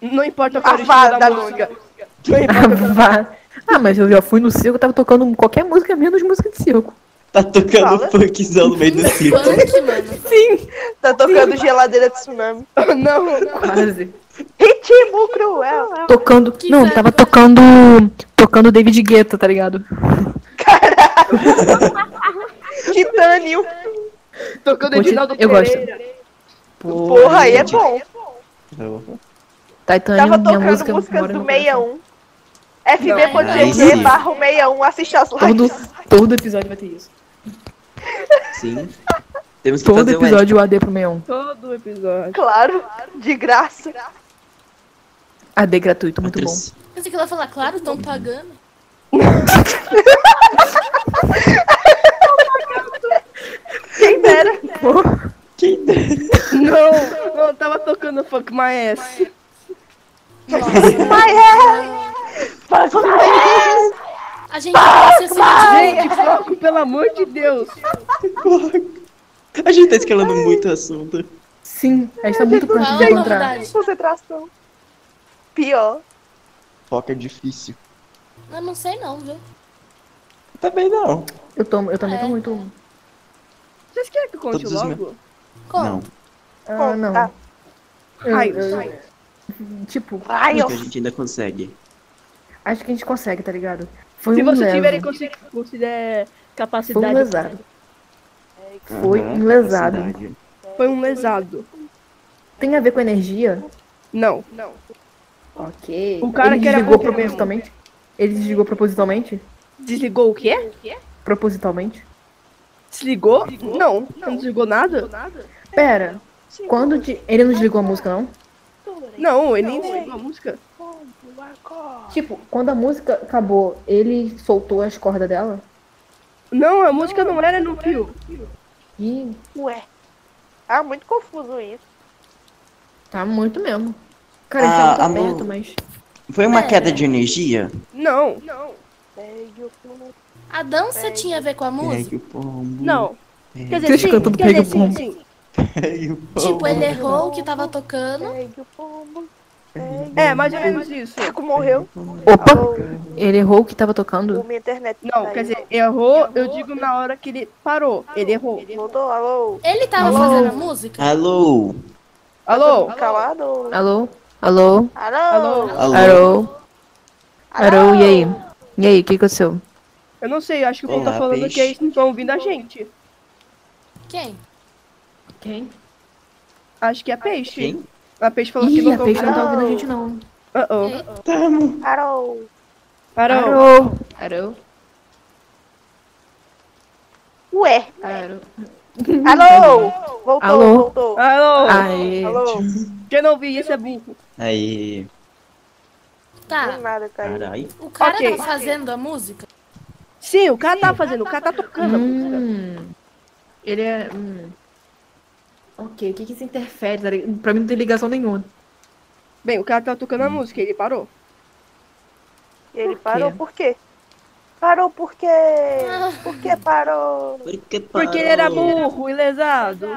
Não importa qual A o estilo fada da música. longa. Não importa. Vá. Ah, mas eu já fui no circo, tava tocando qualquer música, menos música de circo. Tá tocando Fala. funkzão no meio do circo. Punk, mano. Tá tocando geladeira de tsunami. Não, não. Quase. Ritmo é. cruel. Tocando. Que não, velho. tava tocando. Tocando David Guetta, tá ligado? Titânio. Tocando Pô, Edinaldo eu gosto. Pereira. Pô, Porra, aí é gente. bom. Titanium, Tava minha tocando música. é músicas mora do no né, meu coração. 61. FB Não, aí sim. barro 61, assiste as Todo, lives. todo episódio vai ter isso. Sim. Temos que Todo fazer um episódio o AD pro 61. Todo episódio. Claro, de graça. AD gratuito, é extra. muito bom. Outros- Pensei é que ela ia falar, claro, estão pagando. Quem dera. Não, não, tava tocando Fuck My Ass. Nossa, a gente vai se ah, Gente, foco, pelo amor de Deus. A gente tá escalando muito o assunto. Sim, a gente tá muito pronto de Qual a encontrar. novidade? Concentração. Pior. Foca é difícil. Eu não sei não, viu? Também não. Eu, tomo, eu também É. tô muito. Vocês querem que eu conte Todos os logo? Não. Como? Ah, não. Ah. Eu- Ai, eu- ai. tipo, Ai, Mas eu... que a gente ainda consegue. acho que a gente consegue, tá ligado? Foi Se um vocês leso. tiverem consi- consider Foi um capacidade. lesado. Foi um lesado. capacidade. Foi um lesado. Tem a ver com energia? Não, não. Ok. O cara Ele que era desligou contra mim. propositalmente? Ele desligou propositalmente? Desligou o quê? Propositalmente? Desligou? Não, não desligou nada? Pera, quando de- ele não desligou a música, não? Não, ele nem desligou a música. Tipo, quando a música acabou, ele soltou as cordas dela? Não, a música não era no fio. Ih, Ué. Ah, muito confuso isso. tá muito mesmo. Cara, Ah, ele tava amor. perto, mas. Foi uma queda de energia? Não, não, A dança tinha a ver com a música? Pegue o pombo. não. É. Quer dizer, Vocês sim, cantando quer Pega o dizer, sim, Bombo. sim. Pegue o pombo. Tipo, ele errou o que tava tocando. É, mais ou menos isso. Chico morreu. Opa! Alô, Ele errou o que tava tocando? minha internet. tá Não, caiu. quer dizer, errou, eu digo na hora que ele parou. Ele errou. Voltou, alô. Ele tava fazendo a música? Alô? Alô? Calado. Alô? Alô? Alô. Alô? Alô? Alô? Alô, e aí? E aí, o que aconteceu? Eu não sei, acho que o povo tá Olá, falando peixe. que eles não estão ouvindo a gente. Quem? Quem? Acho que é peixe. Quem? A peixe falou que Ih, não a tá peixe ouvindo. não tá ouvindo a Alô? gente, não. Uh -oh. Ei, Tamo. Alô. Parou. Alô? Alô? Ué. Alô? Alô. Voltou, Alô? voltou. Alô? Aê. Alô. Quem não ouvi isso é burro. Aí. Do Tá, nada, caiu. Carai. o cara Ok. tava fazendo a música? Sim, o cara tá fazendo, o cara tá tocando a música. Hum. Ele é. hum. Ok, o que que isso interfere? tá ligado? Pra mim não tem ligação nenhuma. Bem, o cara tá tocando a música, ele parou. E ele Por quê? parou por quê? Parou por quê? Por que parou? Porque, Porque ele era burro e lesado.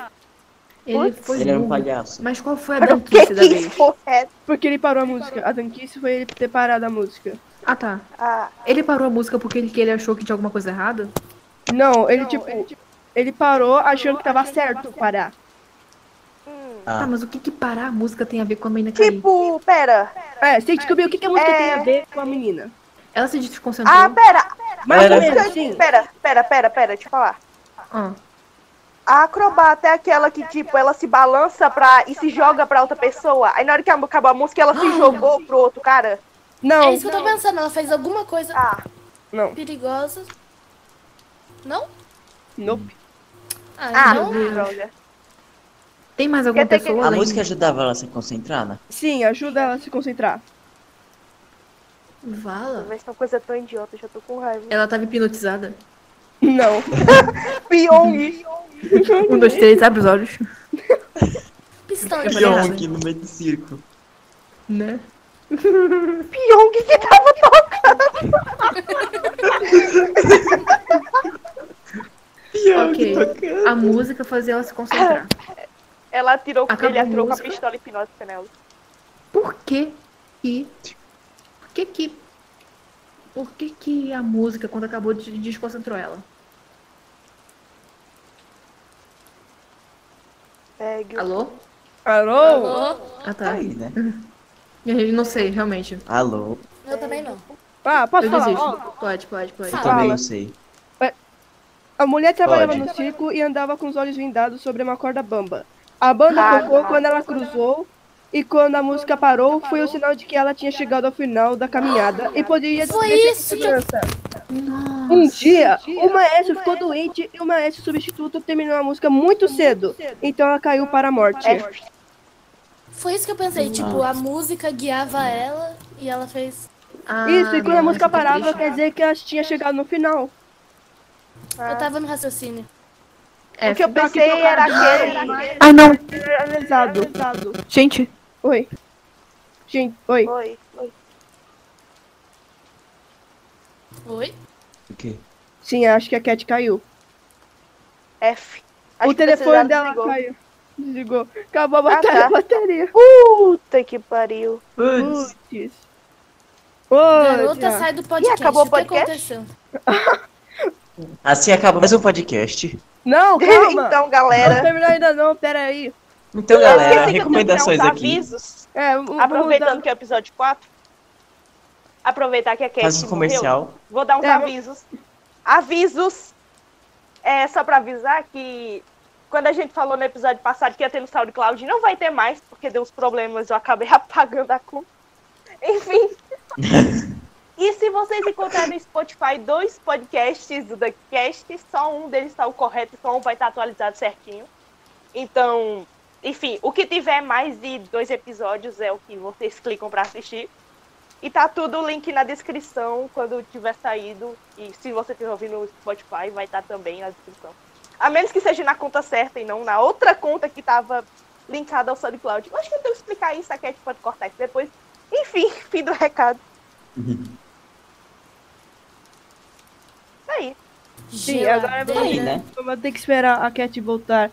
Ele foi. Ele era um burro. palhaço. Mas qual foi a Parou porque danquice da quis vez? correr. Porque ele parou a música. A Danquice foi ele ter parado a música. Ah tá. Ah, Ele parou a música porque ele, que ele achou que tinha alguma coisa errada? Não, ele tipo. Ele parou achando que tava certo parar. hum. Ah. Tá, mas o que que parar a música tem a ver com a menina cair? Tipo, pera. É, você tem que descobrir o que, que a música É. tem a ver com a menina. Ela se desconcentrou. Ah, pera. Mais Era- ou Isso menos, aí- sim. Pera, pera, pera, pera, deixa eu falar. Ah. A acrobata é aquela que, tipo, ela se balança pra, e se joga pra outra pessoa. Aí na hora que acabou a música, ela se jogou pro outro cara. Não, É isso que eu tô pensando, ela fez alguma coisa Ah, não. perigosa. Não? Nope. ah, Ah, então droga. Tem mais alguma Quer ter que- pessoa? A além? música é ajudava ela a se concentrar, né? Sim, ajuda ela a se concentrar. Vala? Mas uma coisa tão idiota, já tô com raiva. Ela tava hipnotizada. Não. Pyong! Um, dois, três, abre os olhos. pistão Eu de falei errado. um aqui no meio do circo. Né? Pyong que tava tocando! música fazia ela se concentrar. Ela atirou, Acabou ele atirou com a música. pistola hipnótica nela. Por que que... Por que que... Por que que a música, quando acabou, de- desconcentrou ela? Segue o- Alô? Alô? Alô? Ah, Tá tá. aí, né? Eu não sei, realmente. Alô? Eu também não. Ah, pode Eu falar. desisto. ó. Pode, pode, pode. Eu Fala. também não sei. A mulher trabalhava Pode. no circo e andava com os olhos vendados sobre uma corda bamba. A banda Ah, tocou tá. quando ela cruzou e quando a música parou, foi o sinal de que ela tinha chegado ao final da caminhada e poderia Foi descer isso com que eu- segurança. Um dia, o maestro ficou doente e o maestro substituto terminou a música muito cedo. Então ela caiu para a morte. É. Foi isso que eu pensei. Tipo, a música guiava ela e ela fez. Ah, Isso, e quando a não, música isso é parava, triste. quer dizer que ela tinha chegado no final. Eu tava no raciocínio. É, O que eu feedback pensei era trocado. aquele. Ai, não. Analisado. Gente, Oi. Gente, oi. Oi, oi. Oi? O quê? Sim, acho que a Cat caiu. F. Acho o que precisava telefone dela desligou. caiu. Desligou. Acabou a Ah, bateria. tá. a bateria. Puta que pariu. Putz, Putz. Putz. Garota, sai do podcast. Ih, acabou o o que podcast? aconteceu? Assim acaba mais um podcast. Não, calma. então, Não galera. terminou ainda não, pera aí. Então, eu galera, esqueci que um eu tenho que dar recomendações uns aqui. avisos. É, vamos Aproveitando dar- que é o episódio 4. Aproveitar que a Cat Faz um morreu, comercial. Vou dar uns É, vou- avisos. Avisos! É só pra avisar que quando a gente falou no episódio passado que ia ter no SoundCloud, não vai ter mais, porque deu uns problemas, eu acabei apagando a conta. Enfim. e se vocês encontrarem no Spotify dois podcasts do TheCast, só um deles está o correto, só um vai estar atualizado certinho. Então, enfim, o que tiver mais de dois episódios é o que vocês clicam pra assistir. E tá tudo o link na descrição quando tiver saído. E se você estiver ouvindo no Spotify, vai estar também na descrição. A menos que seja na conta certa e não na outra conta que tava linkada ao SoundCloud. Eu acho que eu tenho que explicar isso, a Cat pode cortar isso depois. Enfim, fim do recado. Isso aí. Sim, agora vamos Aí, Geladeira. né? Vamos ter que esperar a Cat voltar.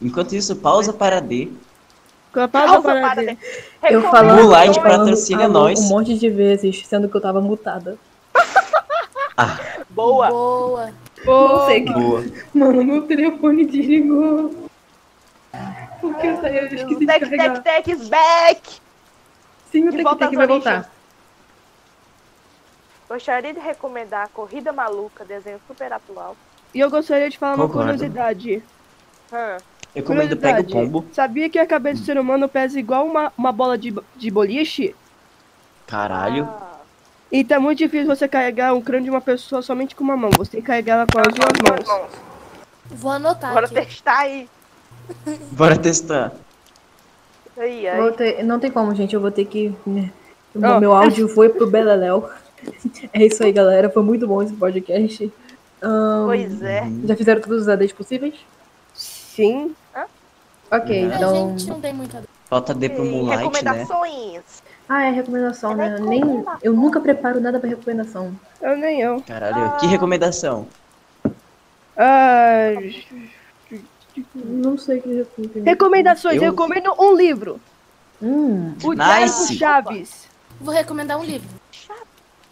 Enquanto isso, pausa para D. Com a pausa Pausa para para né? dizer. de- Eu Recomendo- falando, Moonlight eu patrocina falando nós. Um monte de vezes, sendo que eu tava mutada. Boa. Boa. Pô, Boa. Mano, meu telefone desligou. Porque eu, eu esqueci de Tec, tec, carregar. tec, is back! Sim, meu de volta tec-tec às vai origens. voltar. Gostaria de recomendar a Corrida Maluca, desenho super atual. E eu gostaria de falar uma Concordo. curiosidade. Hã. Eu comendo pega o pombo. Sabia que a cabeça do ser humano pesa igual uma, uma bola de, de boliche? Caralho. Ah. E tá muito difícil você carregar um crânio de uma pessoa somente com uma mão. Você tem que carregar ela com as duas mãos. Vou anotar Bora aqui. testar aí. Bora testar. Aí, é. aí. Vou ter- Não tem como, gente. Eu vou ter que. né, o Ó. Meu áudio foi pro Beleléu. É isso aí, galera. Foi muito bom esse podcast. Ahn, Pois é. já fizeram todos os ADs possíveis? Sim. Ok, Uhum. A então. gente não tem muita Falta D pro E Moonlight, né? recomendações. Ah, é recomendação, né? Eu Nem... Eu nunca preparo nada pra recomendação. Eu nem eu. Caralho, que recomendação. Ah, Não sei o que recomendar. recomendações. Eu- Eu recomendo um livro. Hum, O Diário do Nice. É, Chaves. Vou recomendar um livro.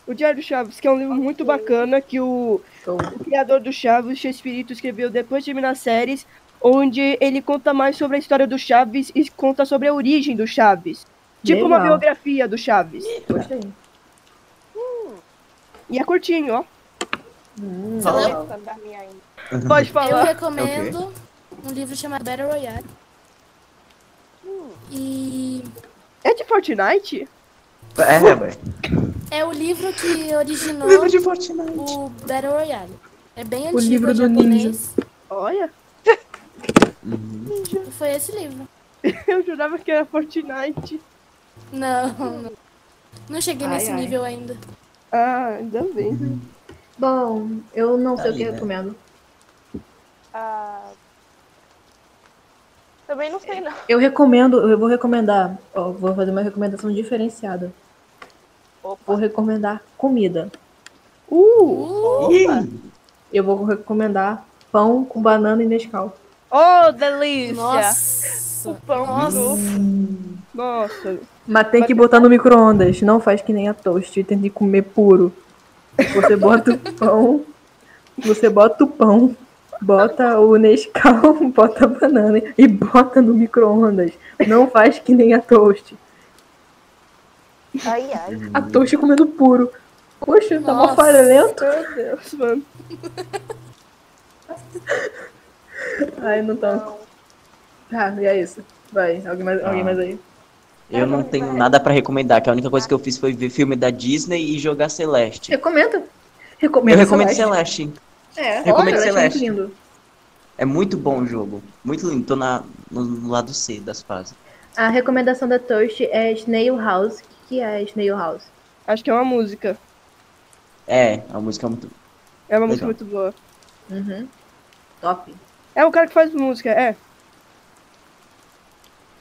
O Diário do Chaves, que é um livro muito bacana que o, show. o criador do Chaves, Chespirito, escreveu depois de terminar as séries, onde ele conta mais sobre a história do Chaves e conta sobre a origem do Chaves. Tipo uma Legal. biografia do Chaves. Gostei. E é curtinho, ó. Hum, Fala. Pode Eu falar. recomendo um livro chamado Battle Royale. E É de Fortnite? É, velho. é o livro que originou Livro de Fortnite. o Battle Royale. É bem O antigo, livro é do japonês. Olha, Uhum. E foi esse livro. eu jurava que era Fortnite. Não, não. Não cheguei Ai, nesse ai. nível ainda. Ah, ainda bem. Bom, eu não sei o Aí, que né? recomendo. Ah, Também não É. sei, não. Eu recomendo, eu vou recomendar, ó, vou fazer uma recomendação diferenciada. Vou Opa. recomendar comida. Uh, Uh, Ih, Eu vou recomendar pão com banana e Nescau. Oh, delícia! Nossa. O pão nossa. Nossa. Mas tem que botar no micro-ondas. Não faz que nem a toast. Tem que comer puro. Você bota o pão. Você bota o pão. Bota o Nescau, bota a banana e bota no micro-ondas. Não faz que nem a toast. Ai, ai. A toast é comendo puro. Poxa, tá mó Nossa. farelento. Meu Deus, mano. Ai, não tá. Ah, e é isso. Vai, alguém mais, alguém Ah. mais aí. Eu não tenho nada pra recomendar, que a única coisa que eu fiz foi ver filme da Disney e jogar Celeste. Recomendo. Eu Recomendo. recomendo Celeste. Celeste. É, Recomendo olha, Celeste. É muito lindo. É muito bom o jogo. Muito lindo. Tô na, no, no lado C das fases. A recomendação da Toast é Snail House. O que é Snail House? Acho que é uma música. É, a música é muito. É uma música Legal. muito boa. Top. É o cara que faz música, é.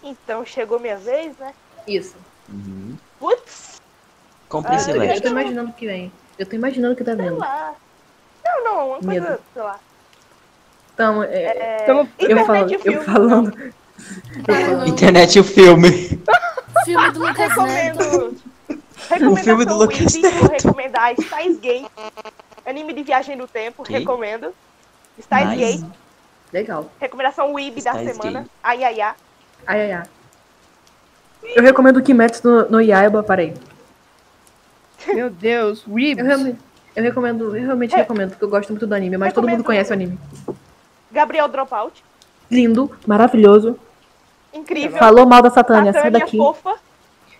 Então chegou minha vez, né? Isso. Uhum. Putz, Comprei Eu Celeste. tô imaginando o que vem. Eu tô imaginando o que tá sei vendo. lá. Não, não, uma coisa, Medo. sei lá. Então, é, Tamo- eu, falo, internet e eu filme. falando. Internet e o filme. Ah, Filme do Lucas Neto. Recomendo. O filme do Recomendação Lucas Wiki, vou recomendar Styles Gate. Anime de viagem do tempo, Que? recomendo. Styles Nice. Gate. Legal. Recomendação Weeb da Styles semana. Gate. Ai, ai, ai. Ai, ai, ai. Eu recomendo o Kimetsu no, no Yaiba, parei. Meu Deus, Eu Weebs. realmente, eu recomendo, eu realmente É. recomendo, porque eu gosto muito do anime, mas todo mundo Recomendo. conhece o anime. Gabriel Dropout. Lindo, maravilhoso. Incrível. Falou mal da Satânia, sai Satânia é daqui. fofa.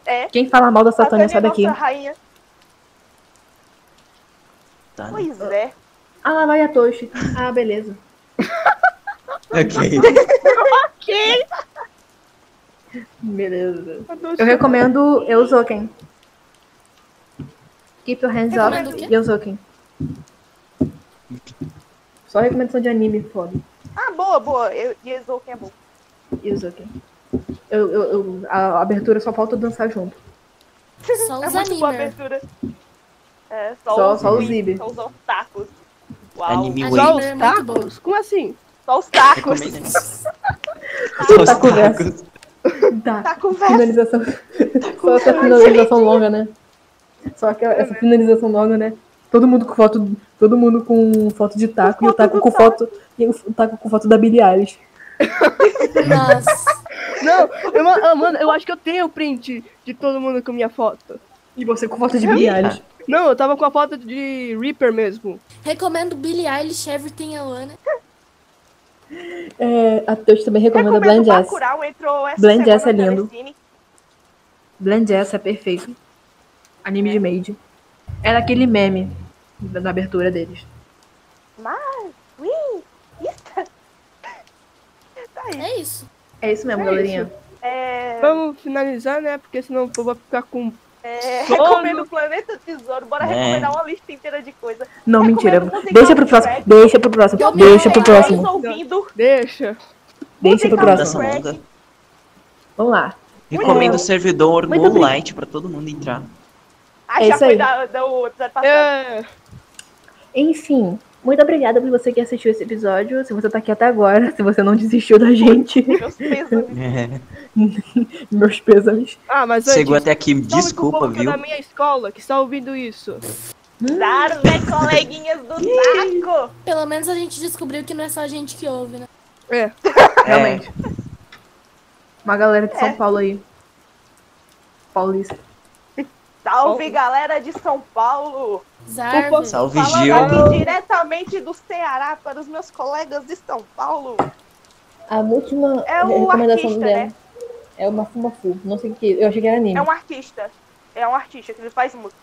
é Quem fala mal da Satânia, sai daqui. nossa rainha. Tá. Pois é. Ah, lá vai a Toshi. Ah, beleza. Ok. Beleza. Eu recomendo Euzoken. Keep your hands Recomendo o up, quê? Euzoken. Só recomendação de anime, foda. Ah, boa, boa. Eu Jesus, quem é bom. Euzoken. Eu, eu, eu- a abertura só falta dançar junto. Só É os muito boa a animer. abertura. É, só, Só- os, só os Wii, Ibe. Só os otakus. Uau. Anime Animal. Só Way. os Weebs é muito bom. tacos? Como assim? Só os tacos. Recomendo. Tá Só os conversa. tacos. Tá. Taco velho. Finalização. Só essa finalização longa, né? Só que essa finalização longa, né? Todo mundo com foto, todo mundo com foto de taco e o taco com foto e o taco com foto da Billie Eilish. Nossa. Não, eu, ah, mano, eu acho que eu tenho o print de todo mundo com minha foto. E você com foto de Billie Eita. Eilish. Não, eu tava com a foto de Reaper mesmo. Recomendo Billie Eilish, Everything Alana. É, a Teus também recomenda Recomendo Blind Jazz. Bacurau, entrou essa Blind Jazz semana é no lindo. Telecine. Blind Jazz é perfeito. Anime É. de Made. Era aquele meme da da abertura deles. É isso. É isso mesmo, É galerinha. É, Vamos finalizar, né? Porque senão o povo vai ficar com. é, Sono. recomendo o Planeta Tesouro. Bora É. recomendar uma lista inteira de coisa. Não, mentira. Recomendo musical Deixa pro do próximo. Shrek. Deixa pro próximo. Deixa pro próximo. Ouvindo, Deixa. Deixa pro musical do Recomendação próximo. Shrek. longa. Vamos Recomendo o servidor Muito Moonlight pra todo mundo entrar. Ah, É já isso foi aí. da, da outra tá passada. É. Enfim, muito obrigada por você que assistiu esse episódio. Se você tá aqui até agora, se você não desistiu da gente, Meus pesos. meus pêsames. Ah, mas antes. Chegou até aqui, salve pro desculpa, povo que é viu? Da minha escola que está ouvindo isso. Dar, né, coleguinhas do saco. Pelo menos a gente descobriu que não é só a gente que ouve, né? É. Realmente. Uma galera de É. São Paulo aí. Paulista. Oh. Salve, galera de São Paulo. Zarve. Salve, Falando Gil. aqui diretamente do Ceará para os meus colegas de São Paulo. A última É o recomendação artista, dela né? é uma fumafu. Não sei o que. Eu achei que era anime. É um artista. É um artista que ele faz música.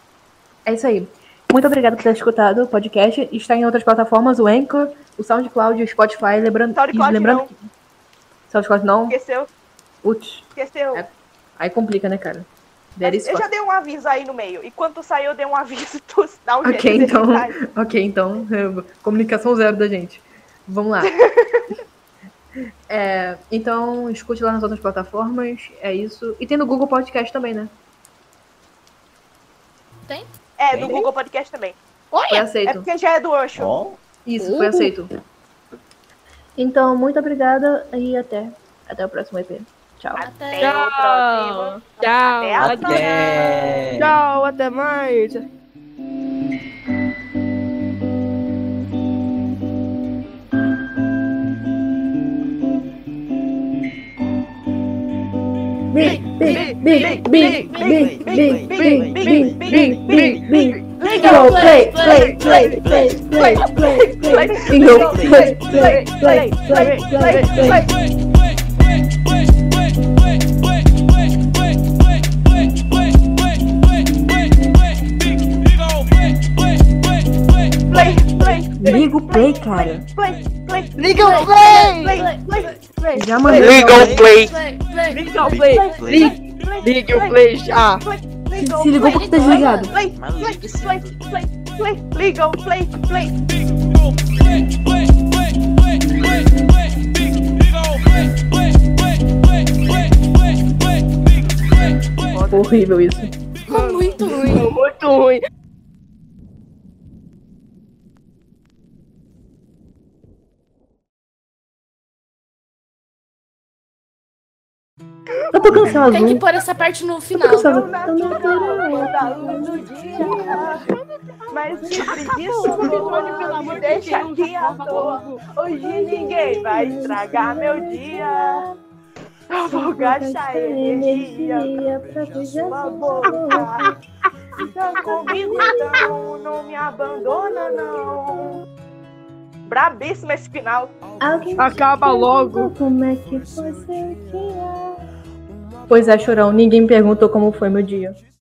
É isso aí. Muito obrigada por ter escutado o podcast. Está em outras plataformas, o Anchor, o SoundCloud, o Spotify. Lembrando, SoundCloud e lembrando não. que- SoundCloud não. Esqueceu? Putz, Esqueceu. É, aí complica, né, cara? That is Eu já fuck. dei um aviso aí no meio. E quando sair, eu dei um aviso. Tu dá um jeito Ok, de então. editar. Ok, então, eh, comunicação zero da gente. Vamos lá. É, então, escute lá nas outras plataformas. É isso. E tem no Google Podcast também, né? É, do Google Podcast também. Foi É aceito. porque já é do Ancho. Ó, Isso, foi aceito. Então, muito obrigada e até. Até o próximo EP. Tchau. Até. Tchau. Tchau. Até a Até! Tchau, até mais. Go, play, play, play, play, play, play, play, Go, play, play, play, play, play, play. Play, play, Liga o play, cara. play, play, Liga o play, play, play. Já mandei. Legal play. Liga o play. Play. Liga o play já. Se ligou porque tá desligado. Play, Mas play, ligue play, sempre. play, play. Liga o play, play. Horrível isso. Ficou muito ruim. Muito ruim. Eu tô cansado. Tem que pôr essa parte no Eu tô final. cansado. da luz do dia. Mas que preguiça, mano, me deixa aqui à toa. Hoje ninguém vai estragar meu dia. Eu vou gastar energia sua boca. Fica comigo então, não me abandona não. Brabíssima esse final. Acaba logo. é, Pois é, chorão. Ninguém perguntou como foi meu dia.